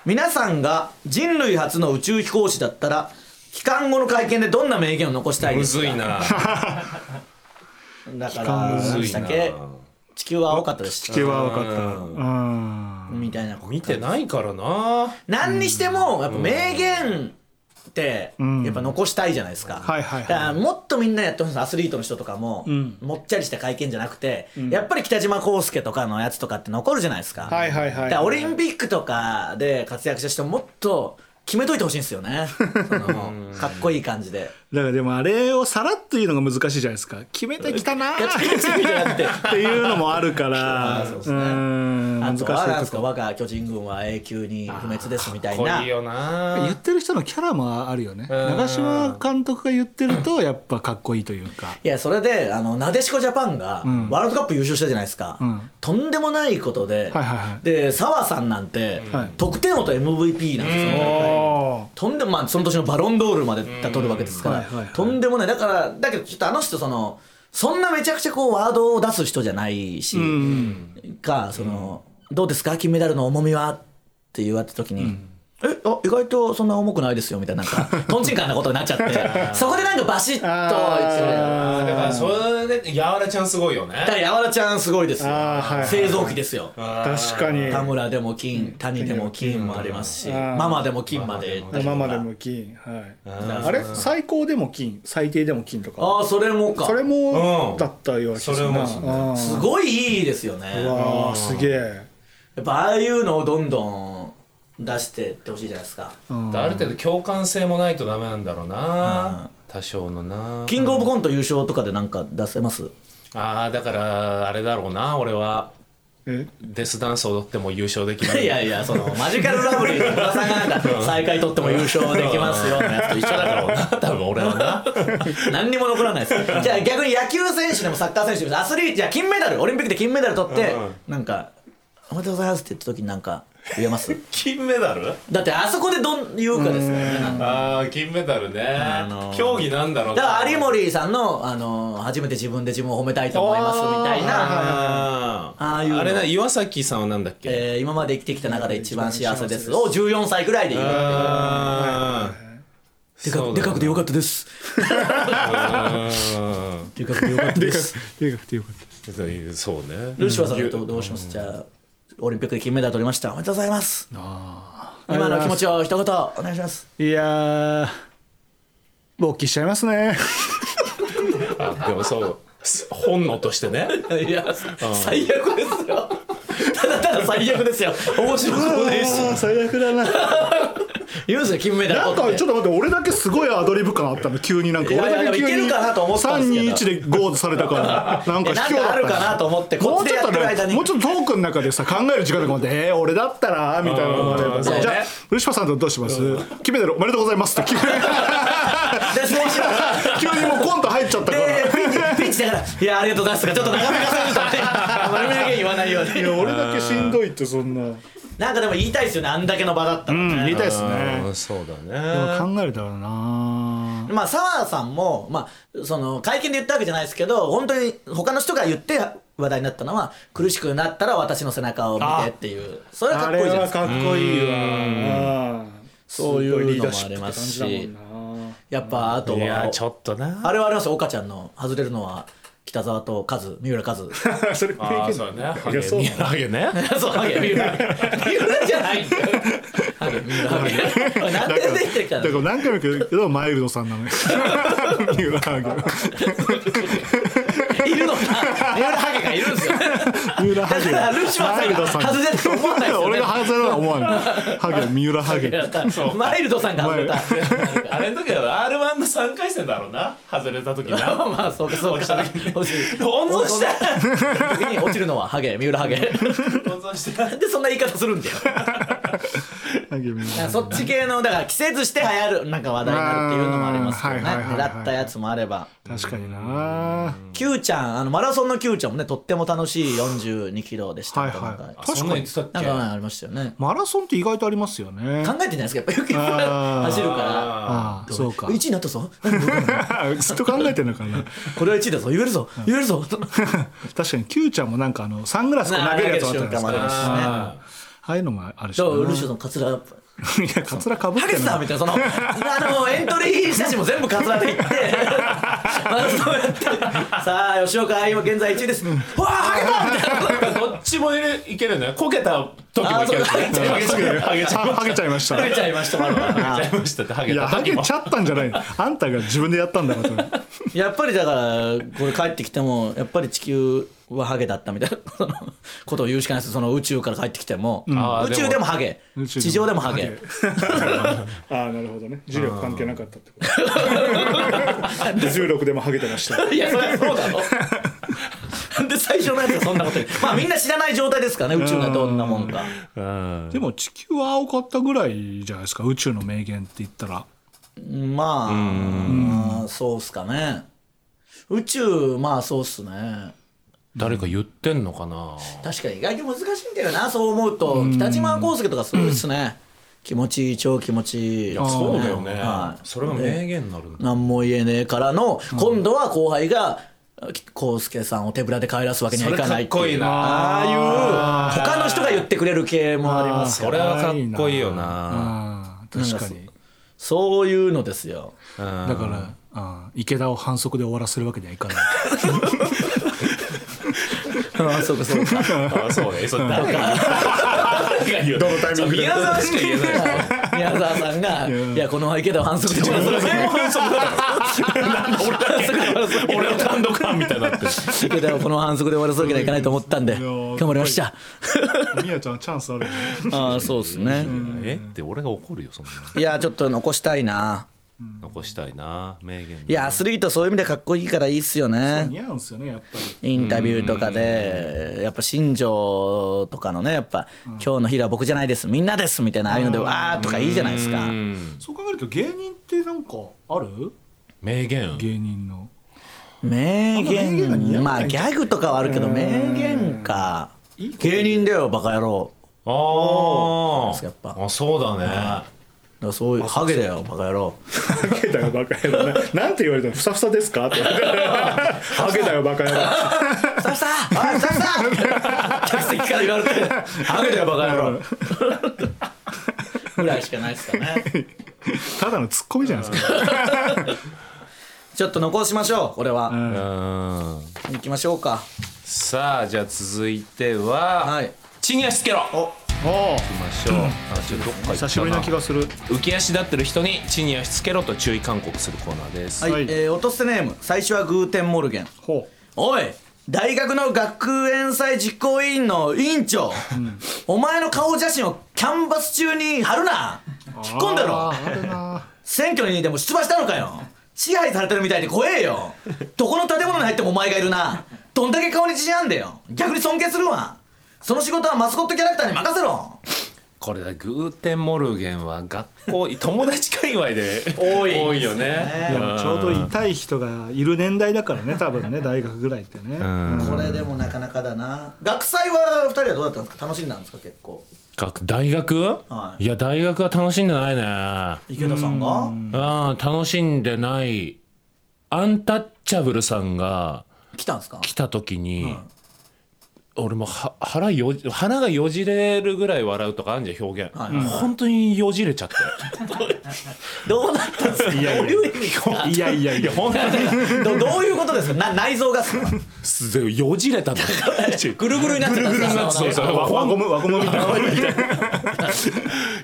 C: 皆さんが人類初の宇宙飛行士だったら、帰還後の会見でどんな名言を残したい
A: む
C: ですか
A: ずい。な
C: だから、
B: 帰還
A: む
C: 何
A: ず
C: でし
A: い
C: たっ
A: な
C: け地球は青かったです。地
B: 地球は分かったうん
C: みたいなこと。
A: 見てないからな
C: 何にしてもやっぱ名言って
B: ん
C: やっぱ残したいじゃないですか、
B: はいはいはい
C: だからもっとみんなやってほしいアスリートの人とかも、
B: ん
C: もっちゃりした会見じゃなくて、やっぱり北島康介とかのやつとかって残るじゃないですか,、
B: はいはいはい
C: だからオリンピックとかで活躍した人もっと決めといてほしいんですよ ねそのかっこいい感じで
B: だからでもあれをさらっと言うのが難しいじゃないですか決めてきたなーって いうのもあ るから
C: そうで
B: う
C: すね
B: ん
C: あ
B: 難しい
C: とはなんです
B: と
C: か
B: こ
C: 我が巨人軍は永久に不滅ですみたい
A: こ
C: な
A: れいいよ
B: 言
A: な
B: ってる人のキャラもあるよね長嶋監督が言ってるとやっぱかっこいいというか
C: いやそれであのなでしこジャパンがワールドカップ優勝したじゃないですか、
B: ん
C: とんでもないことで、
B: はいはいはい
C: で澤さんなんて、
B: はい
C: 得点王と MVP なんですよ、
B: お
C: とんでもまあその年のバロンドールまで取るわけですから、
B: はいはいはい
C: とんでもないだからだけどちょっとあの人そのそんなめちゃくちゃこうワードを出す人じゃないし、かその、どうですか金メダルの重みは?」って言われた時に。えあ意外とそんな重くないですよみたいななんかとんちんかんなことになっちゃっ てそこでなんかバシッと
B: あ
A: だからそれでやわらちゃんすごいよね
C: だからやわらちゃんすごいですよ、
B: あーはいはい
C: 製造機ですよ
B: 確かに
C: 田村でも金谷でも金もありますし
B: ー
C: ママでも金まで
B: ママでも金はいあれ最高でも金最低でも金とか
C: ああそれもか
B: それ
A: う
B: も
A: ん
B: だったような気がする
A: それ
B: な
A: も
B: あ
C: す
B: ー
C: ごいいいですよね
B: うわーすげえ
C: やっぱああいうのをどんどん出してってほしいじゃないですか
A: ある程度共感性もないとダメなんだろうな多少のな
C: キングオブコント優勝とかでなんか出せます
A: ああだからあれだろうな俺は
B: え
A: デスダンス踊っても優勝できない
C: いやい やそのマジカルラブリーの 村さんがなんか最下位取っても優勝できますよのやつと一緒だから
A: な多分俺はな
C: 何にも残らない ですじゃあ逆に野球選手でもサッカー選手でもアスリートじゃあ金メダルオリンピックで金メダル取って、なんか「おめでとうございます」って言った時になんか言えます
A: 金メダル
C: だってあそこでどん言うかですよねなんか
A: ああ金メダルね、
C: のー
A: 競技なんだろう
C: だから有
A: り
C: 森さんの、あの初めて自分で自分を褒めたいと思いますみたい
A: あ
C: な、
A: ー
C: ああいうの
A: あれな岩崎さんはなんだっけ、
C: えー今まで生きてきた中で一番幸せですを14歳ぐらいで言う
A: あー
C: でか
A: そう
C: く
A: だ
C: で
A: な
C: かくてよかったです
A: あ
C: でかくてよかった です
B: 手が振ってよかった
A: ーそうね
C: ルシファーさんとどうしますじゃあオリンピックで金メダル取りましたおめでとうございます今の気持ちを一言お願いします
B: いやー勃起しちゃいますね
A: あでもそうす本能としてね
C: いや、最悪です よ。ただただ最悪ですよ。面白くもねえし。
B: あー最悪だな
C: 言うんですよ、金メダル
B: なん
C: 取
B: か
C: って
B: ちょっと待って俺だけすごいアドリブ感あったの急になんか
C: いや
B: 俺だけ
C: いやいけ
B: 急に
C: るかなと思ったんですけ
B: 321でゴールされたから なんか
C: えなん
B: 卑怯
C: か
B: だった
C: あるかなと思ってこっちでやってる間に
B: もうちょっとねもうちょっとトークの中でさ考える時間とかもあってえー、俺だったらみたいなのもあれば
C: あ
B: さ
C: ー
B: じゃ
C: そう
B: あ
C: ね
B: 漆原さんとどうします金メダルおめでとうございますって 急に
C: で、選手が
B: 急にもうコント入っちゃ ったから
C: でピンチピンチだから「いやありがとうございます」とかちょっと長めがせるとね丸めだけ言わないよう
B: いや
C: に
B: 俺だけしんどいってそんな
C: なんかでも言いたいですよねあんだけの場だったら
B: う
C: ね、
B: ん言いたいです
A: あ
B: ね
A: ーそうだ
B: で
A: ね
B: も考えれたらな
C: まあ澤さんも、まあ、その会見で言ったわけじゃないですけど本当に他の人が言って話題になったのは苦しくなったら私の背中を見てっていうそれはかっ
B: あ
C: こいい
B: れ
C: じゃないで
B: は
C: すか
B: かっこいいわ
C: そういうのもあり
B: っ
C: ま
B: て
C: す
B: 感じ
C: し
B: だもんな
C: やっぱあと
A: いや
C: は
A: ちょっとな
C: あれはありますよ岡ちゃんの外れるのは北沢とカズ三浦カズ
B: それ
A: あーそうだねハ
B: いやそう
A: ゲハゲね
C: そうハゲ三浦三浦じゃないハゲ三浦ハゲなんで出てきてきた
B: だ
C: の
B: から何回も言うけどマイルドさんなのよ 三浦ハ
C: いるのか三浦ハゲがいるんですよ
B: ゲ三浦ハ
C: だ
B: ゲ
C: からルシファー
B: マイルド
C: さ
B: さ
C: ん
B: ん
C: が外れると思わないですよね
B: 俺が外れるのは思わないハゲ三浦ハゲ
C: マイルドさんが外れた。
A: あれの時は R1 の3回戦だろうな外れた時な
C: まあまあそうかそうか。温 存して
A: 温存して
C: 時に落ちるのはハゲ三浦ハ ゲ。
A: 温存して
C: なんでそんな言い方するんだよ。
B: ハゲ三浦ハゲ
C: そっち系のだから季節して流行るなんか話題になるっていうのもありますけどね。
B: あーはいはいはいはい
C: 狙ったやつもあれば。
B: 確かにな
C: Q ちゃんあのマラソンの Q ちゃんもねとっても楽しい42キロでした
B: はい
C: みたいな。
B: はい
A: あそ
B: 確
A: んな
B: か
A: ん言っ
B: に
A: てたっけ
C: なんかねありましたよね。
B: マラソンって意外とありますよね
C: 考えてんじゃないですかやっぱよく
B: あー
C: 走るから。
A: あ
B: ああそうか
C: 1位になったぞ
B: ずっと考えてんのかな
C: これは1位だぞ言えるぞ言えるぞ
B: 確かに Q ちゃんもなんかあのサングラスこう投げるやつあったじゃないで
C: 投げる瞬間
B: す
C: もあり
B: か
C: ま
B: あ
C: す
A: あ
B: あいうのもあるし
C: じゃ
B: な
C: あルシオさんカツラ
B: いやカツラかぶっ
C: ハゲ
B: て
C: てたみたいな、その、あの、エントリー写真も全部カツラでいって、 マラソンやって、さあ、吉岡、今現在1位です。わあ、ハ ゲたみたい
A: ー
C: な。
A: どっちもいるいけるねこけた時もいけるしね
C: あーそう
A: うんハゲちゃ
B: ハゲちゃいました
C: ハゲちゃいましたもんない
A: ましたってハ
B: い
A: ゲ
B: や
A: た
B: ハ
A: 時
B: ゲ
A: も
B: ちゃったんじゃないのあんたが自分でやったんだから
C: やっぱりだから、これ帰ってきても、やっぱり地球はハゲだったみたいなそのことを言うしかないです。その宇宙から帰ってきても、
A: あー
C: 宇宙でもハゲ、
B: 宇宙で
C: 地
B: も
C: 上でもハゲ。
B: ああなるほどね重力関係なかったってこと 重力でもハゲてました
C: いや、そりゃそうだろ。なんで最初のや つがそんなこと言うまあみんな知らない状態ですからね宇宙がどんなもんか
A: うん
B: でも地球は青かったぐらいじゃないですか宇宙の名言って言ったら
C: まあ、うんそうっすかね。宇宙、まあそうっすね。
A: 誰か言ってんのかな
C: 確かに意外と難しいんだよな、そう思うと。北島康介とかすごいっすね。気持ちいい、超気持ちいい。
A: いやそうだよね
C: はい
A: それが名言になるんだ
C: 何も言えねえからの、今度は後輩が、康介さんを手ぶらで帰らすわけにはいかないって
A: それかっこいいな
C: ああいう他の人が言ってくれる系もあります
A: それはかっこいいよな
B: あー確かに
C: そういうのですよ
A: うん
B: だからあー池田を反則で終わらせるわけにはいかない
C: ああそうかそうか
A: あそうねそれ誰が言うどのタイミング宮沢しか言えない
C: 宮沢さんが「いやこの池田は反則で終わらせるわけにはいかない
A: 俺の単独犯みたいになってる
C: 池田はこの反則で終わらすわけにはいかないと思ったんで頑張りました
B: みやちゃんチャンスある
C: ああそうですね
A: えって俺が怒るよそんなの
C: いやちょっと残したいな
A: 残したいな名言
C: いやアスリートそういう意味でかっこいいからいいっすよね
B: 似合うんすよねやっぱり
C: インタビューとかでやっぱ新庄とかのねやっぱ今日のヒーローは僕じゃないですみんなですみたいなああいうのでわーとかいいじゃないですか
A: うん
B: そう考えると芸人ってなんかある
A: 名言
B: 芸人の
C: 名
B: 名言が似合
C: 言
B: う
C: まあギャグとかはあるけど名言か芸人だよバカ野郎
A: あ
C: やっぱ
A: ああそうだね
C: だからそういうハゲだよバカ野郎
B: ハゲだよバカ野 郎ななんて言われたのふさふさですか ってハゲだよバカ野郎
C: スタッフさんおいスタッフさん客席から言われて「ハゲだよバカ野郎」ぐらいしかないですかね
B: ただのツッコミじゃないですか
C: ちょっと残しましょうこれは、
A: うん
C: 行きましょうか
A: さあじゃあ続いては
C: はい
A: 「地に足つけろ
C: お」
B: お
A: きましょうあちょっとどっか行った
B: お久しぶりな気がする
A: 浮き足立ってる人に地に足つけろと注意勧告するコーナーです、
C: はい、
B: はい
C: えー落とせネーム最初はグーテンモルゲン
B: ほ
C: おい大学の学園祭実行委員の委員長、お前の顔写真をキャンバス中に貼るな
B: う
C: 引っ込んだろ
B: あーあるな
C: 選挙にでも出馬したのかよ支配されてるみたいで怖えよどこの建物に入ってもお前がいるなどんだけ顔に自信あんだよ逆に尊敬するわその仕事はマスコットキャラクターに任せろ
A: これだグーテンモルゲンは学校友達界隈で
C: 多い
A: 多いよね
B: いやちょうど痛い人がいる年代だからね多分ね大学ぐらいってね
A: ん
C: これでもなかなかだな学祭は2人はどうだったんですか楽しんだんですか結構
A: 学大学、
C: はい
A: いや大学は楽しんでないね
C: 池田さんが
A: ああ楽しんでないアンタッチャブルさんが
C: 来たんですか
A: 来た時に、俺もは腹よじ鼻がよじれるぐらい笑うとかあるじゃん表現、
C: はいはい
A: 本当によじれちゃって
C: どうなったんですかどういう意味ですか
B: いやいやい
A: いや
B: や
A: 本当に
C: どどういうことですかな内臓がっすか
A: すごいよじれたんだ
C: ぐるぐるになっちゃったんですか
A: そう そう
B: 輪ゴム輪ゴムみたいな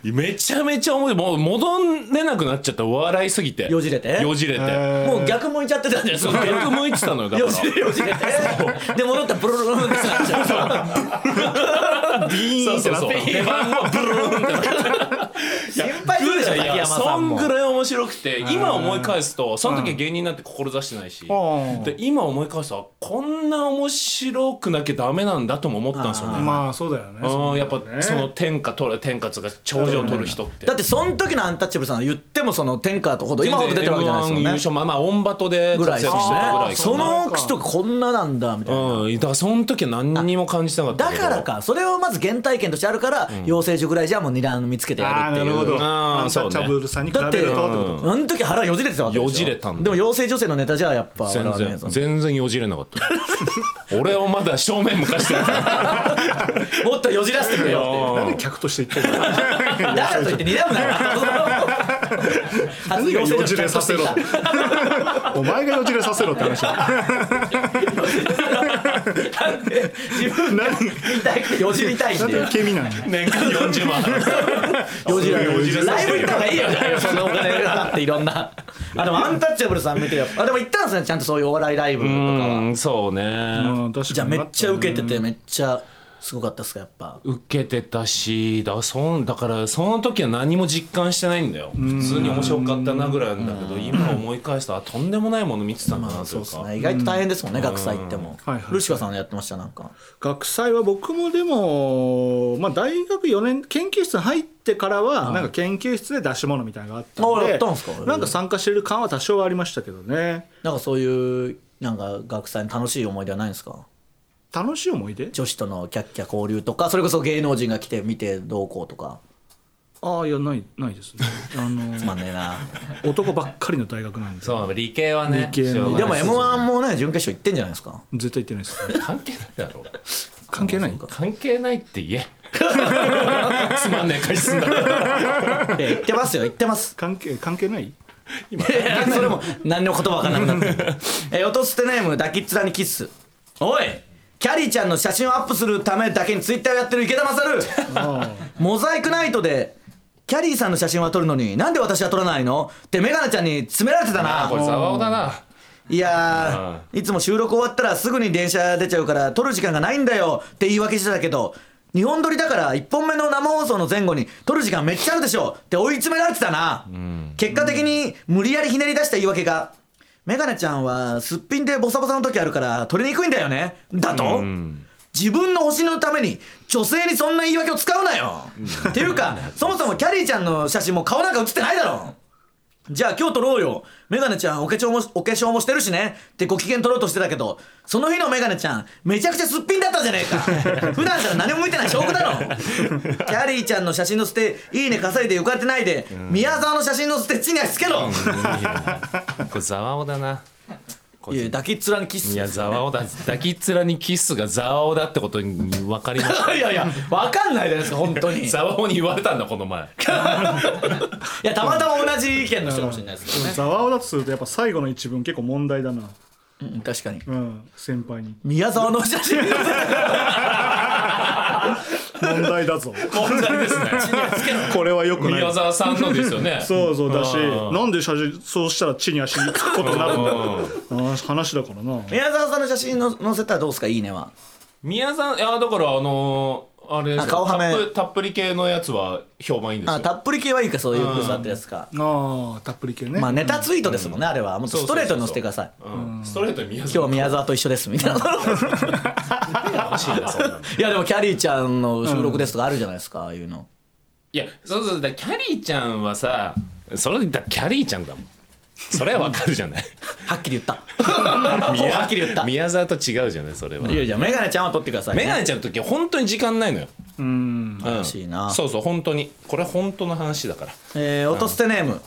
A: めちゃめちゃ重いもう戻れなくなっちゃった笑いすぎて
C: よじれて
A: よじれて、
C: もう逆向いちゃってたんです
A: そう
C: よ
A: 逆向いてたのよだか
C: よ
A: ら
C: じれよじれてで戻ったらブルルルンってなっちゃう
B: ビーンってなって
A: 出番がブルーンってなって
C: 心配するでしょ
A: い
C: 崎
A: や
C: 山さ
A: そ
C: ん
A: ん
C: も
A: ぐらい面白くて今思い返すとその時は芸人なんて志してないし、
B: うん
A: で今思い返すとこんな面白くなきゃダメなんだとも思ったんですよね。
B: まあそうだよね
A: うんやっぱ
B: ね
A: その天下取る天下とか頂上取る人って
C: だってその時のアンタッチャブルさんは言ってもその天下とほど今ほど出てるわけじゃないですよ
A: M1 優
C: ね
A: 勝まあまあオンバトで
C: ぐ
A: 活
C: らい
A: 躍して
C: です
A: たぐら
C: ね
A: い
C: そ
A: かな
C: の人こんななんだみたいな
A: うんだからその時は何にも感じなかった
C: だ
A: けど
C: からかそれをまず原体験としてあるから養成所ぐらいじゃもう二段見つけてや
B: ああ
C: るって
B: なるほ
C: いう
B: ど
A: ん
B: アンタッチャブルさんに比べるとってこ
C: あの時腹よじれてたわけでしょ
A: よじれたんだ
C: でも妖精女性のネタじゃやっぱ我
A: 全
C: 々ね
A: 然全然よじれなかった 俺をまだ正面向かしてるから
C: もっとよじらせてくれよ
B: となんで客として言ってるの
C: だからといって睨むなよ 初
B: よじれさ せろ
C: 妖精
B: お前がよじれさせろって話 だ
C: 女性で自分が言いたいくてよじりたいって
B: なん
C: い
B: で
C: う
B: 受け身なの
A: 年間40万
C: よじら
B: よじら
C: ライブ行った方がいいよじゃあそんなお金払っていろん なあでもアンタッチャブルさん見てよあでも行ったんですねちゃんとそういうお笑いライブとかは
A: うんそうね
B: うん確かに
C: じゃあめっちゃ受けててめっちゃすごかったっすかやっぱ
A: 受けてたしだそんだからその時は何も実感してないんだよ普通に面白かったなぐらいなんだけど今思い返すとあとんでもないもの見てたんだ
C: ま
A: なと
C: あ
A: い
C: そ
A: うう
C: っす
A: か
C: ね意外と大変ですもんね学祭行っても
B: はいはい
C: ルシファーさんやってましたなんか
B: 学祭は僕もでも、まあ、大学4年研究室入ってからはなんか研究室で出し物みたいなのがあったんで、
C: あやったんすか
B: なんか参加してる感は多少はありましたけどね
C: なんかそういうなんか学祭の楽しい思い出はないんですか
B: 楽しい思い出
C: 女子とのキャッキャ交流とかそれこそ芸能人が来て見てどうこうとか
B: ああいやないないです ねあ
C: つまんねえ な
B: の男ばっかりの大学なんで
A: そう理系はね
B: 理系の
A: しょうが
C: で
A: ない
C: も m 1もね準決勝行ってんじゃないです か
B: 絶対行ってないです
A: 関係ないだろ
B: 関係ない
A: 関係ないって言え つまんねえ返すんだ
C: いや行ってますよ行ってます
B: 関係関係ない
C: いや それも何の言葉かなくなってるえー、落とすてネーム抱きっ面にキスおいキャリーちゃんの写真をアップするためだけにツイッターをやってる池田勝モザイクナイトでキャリーさんの写真は撮るのになんで私は撮らないのってメガネちゃんに詰められてた
A: あ
C: な
A: これざわおだない
C: やーいつも収録終わったらすぐに電車出ちゃうから撮る時間がないんだよって言い訳してたけど日本撮りだから1本目の生放送の前後に撮る時間めっちゃあるでしょって追い詰められてたな、結果的に無理やりひねり出した言い訳がメガネちゃんはすっぴんでボサボサの時あるから撮りにくいんだよねだと、自分の星のために女性にそんな言い訳を使うなよ、っていう かそもそもキャリーちゃんの写真も顔なんか写ってないだろじゃあ今日撮ろうよ。メガネちゃんお化粧も、お化粧もしてるしね。ってご機嫌取ろうとしてたけど、その日のメガネちゃん、めちゃくちゃすっぴんだったじゃねえか。 普段から何も見てない証拠だろ。キャリーちゃんの写真の捨て、いいね稼いで浮かれてないで、宮沢の写真の捨て、地に足つけろ。
A: これざわおだない
C: や、抱きっ面にキス。
A: い
C: い
A: やざわおだ抱きっ面にキスがざわおだってことに分かりました
C: やいや、わかんないじゃないですか、本 当 に。い
A: ざわおに言われたんだこの前
C: や、たまたま同じ意見の人かもしれないですけどね。
B: ざわおだとするとやっぱ最後の一文結構問題だな
C: うん、確かに。
B: うん先輩に
C: 宮沢の写真の捨て
B: 問題だぞ
A: 問題ですね
B: これはよくない
A: 宮沢さんのですよね
B: そうそうだし
A: うん
B: なんで写真そうしたら地に足につくことになるんだあー話だからな
C: 宮沢さんの写真の載せたらどうですかいいねは
A: 宮沢いやだからあのーあれですよ
C: あ顔はめ
A: たっぷたっぷり系のやつは評判いいんです
C: あ
A: よ
C: たっぷり系はいいかそういうブースだったやつか、
B: ああたっぷり系ね
C: まあネタツイートですもんね、あれはもっとストレートに載せてください
A: うんストレートに宮
C: 今
A: 沢
C: 日宮沢と一緒ですみたいないやでもキャリーちゃんの収録ですとかあるじゃないですか、ああいうの
A: いやそうそうだからキャリーちゃんはさそれだキャリーちゃんだもんそれはわかるじ ゃない
C: はっきり言ったはっきり言ったい
A: 宮沢と違うじゃないそれは
C: やいやメガネちゃんは撮ってください、ね、
A: メガネちゃんの時は本当に時間ないのよ
B: うん
A: うん
C: 悲しいな
A: そうそう本当にこれは本当の話だから
C: えー、音捨てネーム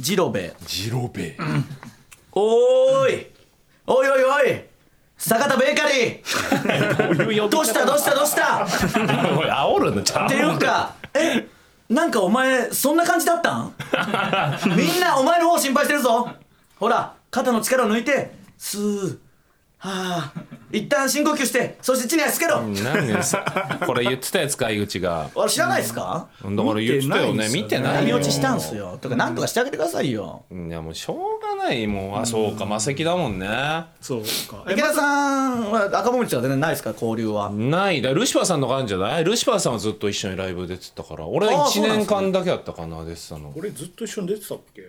C: ジロベ
A: ジロベ
C: おーいおいおいおい坂田ベーカリー どうしたどうしたどうした
A: お
C: っ
A: い煽るのちゃん
C: ていう かえなんかお前そんな感じだった んみんなお前の方心配してるぞほら肩の力を抜いてスーはあ一旦深呼吸してそして地に足つけろ、
A: 何がさこれ言ってたやつか井口が
C: あれ知らないですか、
A: だから言ってたよね見
B: 見
A: て
B: て
A: な
B: ない
C: 闇
A: よ
C: 落ちしたんすよとかなんとかしてあげてくださいよ
A: いやもうしょうがないもうあそうか魔石だもんね
B: そうかえ
C: 池田さんは赤もみちは全然ないですか交流は
A: ないだルシファーさんのがあるんじゃないルシファーさんはずっと一緒にライブ出てたから俺
C: あ
A: は
C: ー
A: 1
C: そうな
A: 年
C: んですね
A: 間だけだったかな出てたの
B: 俺ずっと一緒に出てたっけ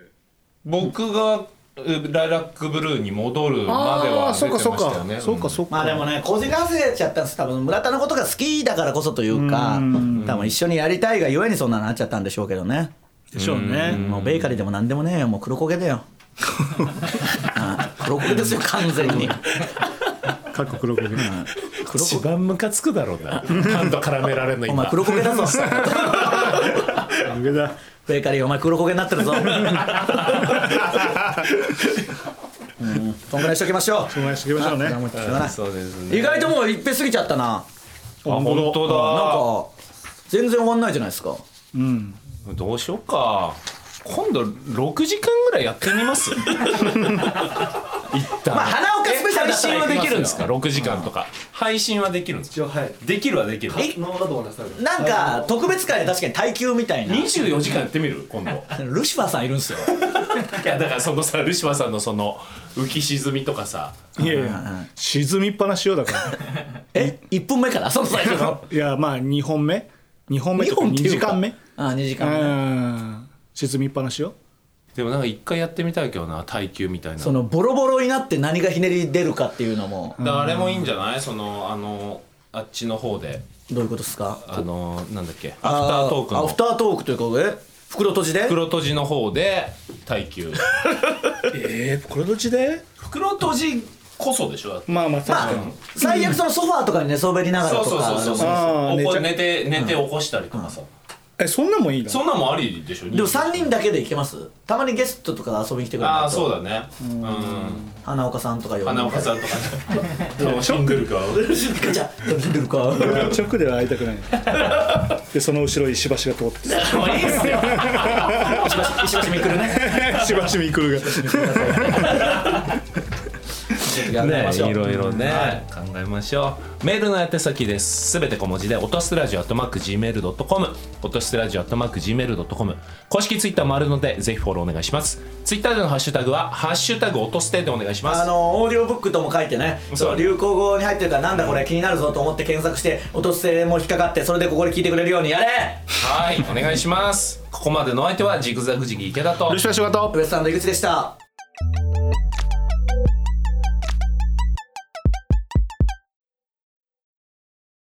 A: 僕がうライラックブルーに戻るまで
B: あ
A: は
B: あ
A: 出
B: そ
A: てま
B: うかそう
A: した
B: か
A: よね
B: そうかそうか
C: まあでもねこじらせちゃったんです多分村田のことが好きだからこそというか多分一緒にやりたいがゆえにそんなになっちゃったんでしょうけどね
B: でしょうね
C: もうベーカリーでも何でもねえよもう黒焦げだよああ黒焦げですよ完全に
B: かっこ黒焦げ
C: 黒
A: 一
C: 焦げ
A: 番ムカつくだろう なンと絡められるの
C: お前
A: 今
C: 黒焦げだぞ
B: 上だ
C: ベーカリーお前黒焦げになってるぞ うんそんぐらいしときましょう
B: お前していきましょうね
C: あもうしょうがない
A: そうですね
C: 意外ともういっぺん過ぎちゃったな
A: あ本当だ
C: なんか全然終わんないじゃないですか
B: うん
A: どうしようか今度6時間ぐらいやってみます 一旦
C: まあ花岡スペシャ
A: 配
C: ルだったら
A: 信
C: や
A: は
C: っ
A: で
C: てみますよ
A: きるんですか6時間とか配信はできるんですか
E: 一応はい
A: できるはできる
E: 可能だと思います多分
C: なんか特別会で確かに耐久みたいな
A: 24時間やってみる今度い
C: ルシファーさんいるんすよ
A: やだからそのさルシファーさんのその浮き沈みとかさ
B: いやいや沈みっぱなしようだから
C: え一1分目からその最初の
B: いやまあ2本目2本目とか
C: 二本
B: 2
C: ってい
B: 時
C: うか
B: 間目
C: あ2時
B: う
C: 間目
B: ん沈みっぱなしよ
A: でもなんか一回やってみたいけどな耐久みたいな
C: そのボロボロになって何がひねり出るかっていうのも
A: だからあれもいいんじゃないそのあのあっちの方で
C: どういうことですか
A: あのなんだっけアフタートーク
C: あア
A: の
C: フタートークというかえ袋閉じで
A: 袋閉じの方で耐久
B: ええこれどっちで
A: 袋閉じこそでしょだって
B: まあまあ確
C: まあ
B: かに
C: 最悪そのソファーとかに寝そべりながら
A: そ
C: と
A: う
C: か
A: そうそうそうそう
B: あー
A: おこ
B: 寝
A: 寝て寝て起こしたりとかさ、
B: えそんなんもいいの
A: そんなんもありでしょ
C: でも3人だけで行けますたまにゲストとか遊びに来てくれ
A: あ
C: な
A: あ
C: い
A: そうだ
C: と
A: ねうん
C: 花岡さんとか呼んで
A: 花岡さんとかね楽しんでるか
C: じゃあ出てるか
B: 直では会いたくないでその後ろ石橋が通ってた
C: もういいっすよ石橋石橋みくるね
B: 石橋みくるが
A: ねいろいろね、考えましょうメールの宛先ですすべて小文字で音スラジオ at mark gmail.com 音スラジオ at mark gmail.com 公式ツイッターもあるのでぜひフォローお願いしますツイッターでのハッシュタグは「ハッシュタグ音ステ」でお願いします
C: あのオーディオブックとも書いてね
A: そう
C: その流行語に入ってるからなんだこれ気になるぞと思って検索して音声も引っかかってそれでここで聞いてくれるようにやれ
A: はいお願いしますここまでのお相手はジグザグジギ池田と
B: ルシファー仕事
C: ウエストランド井口でした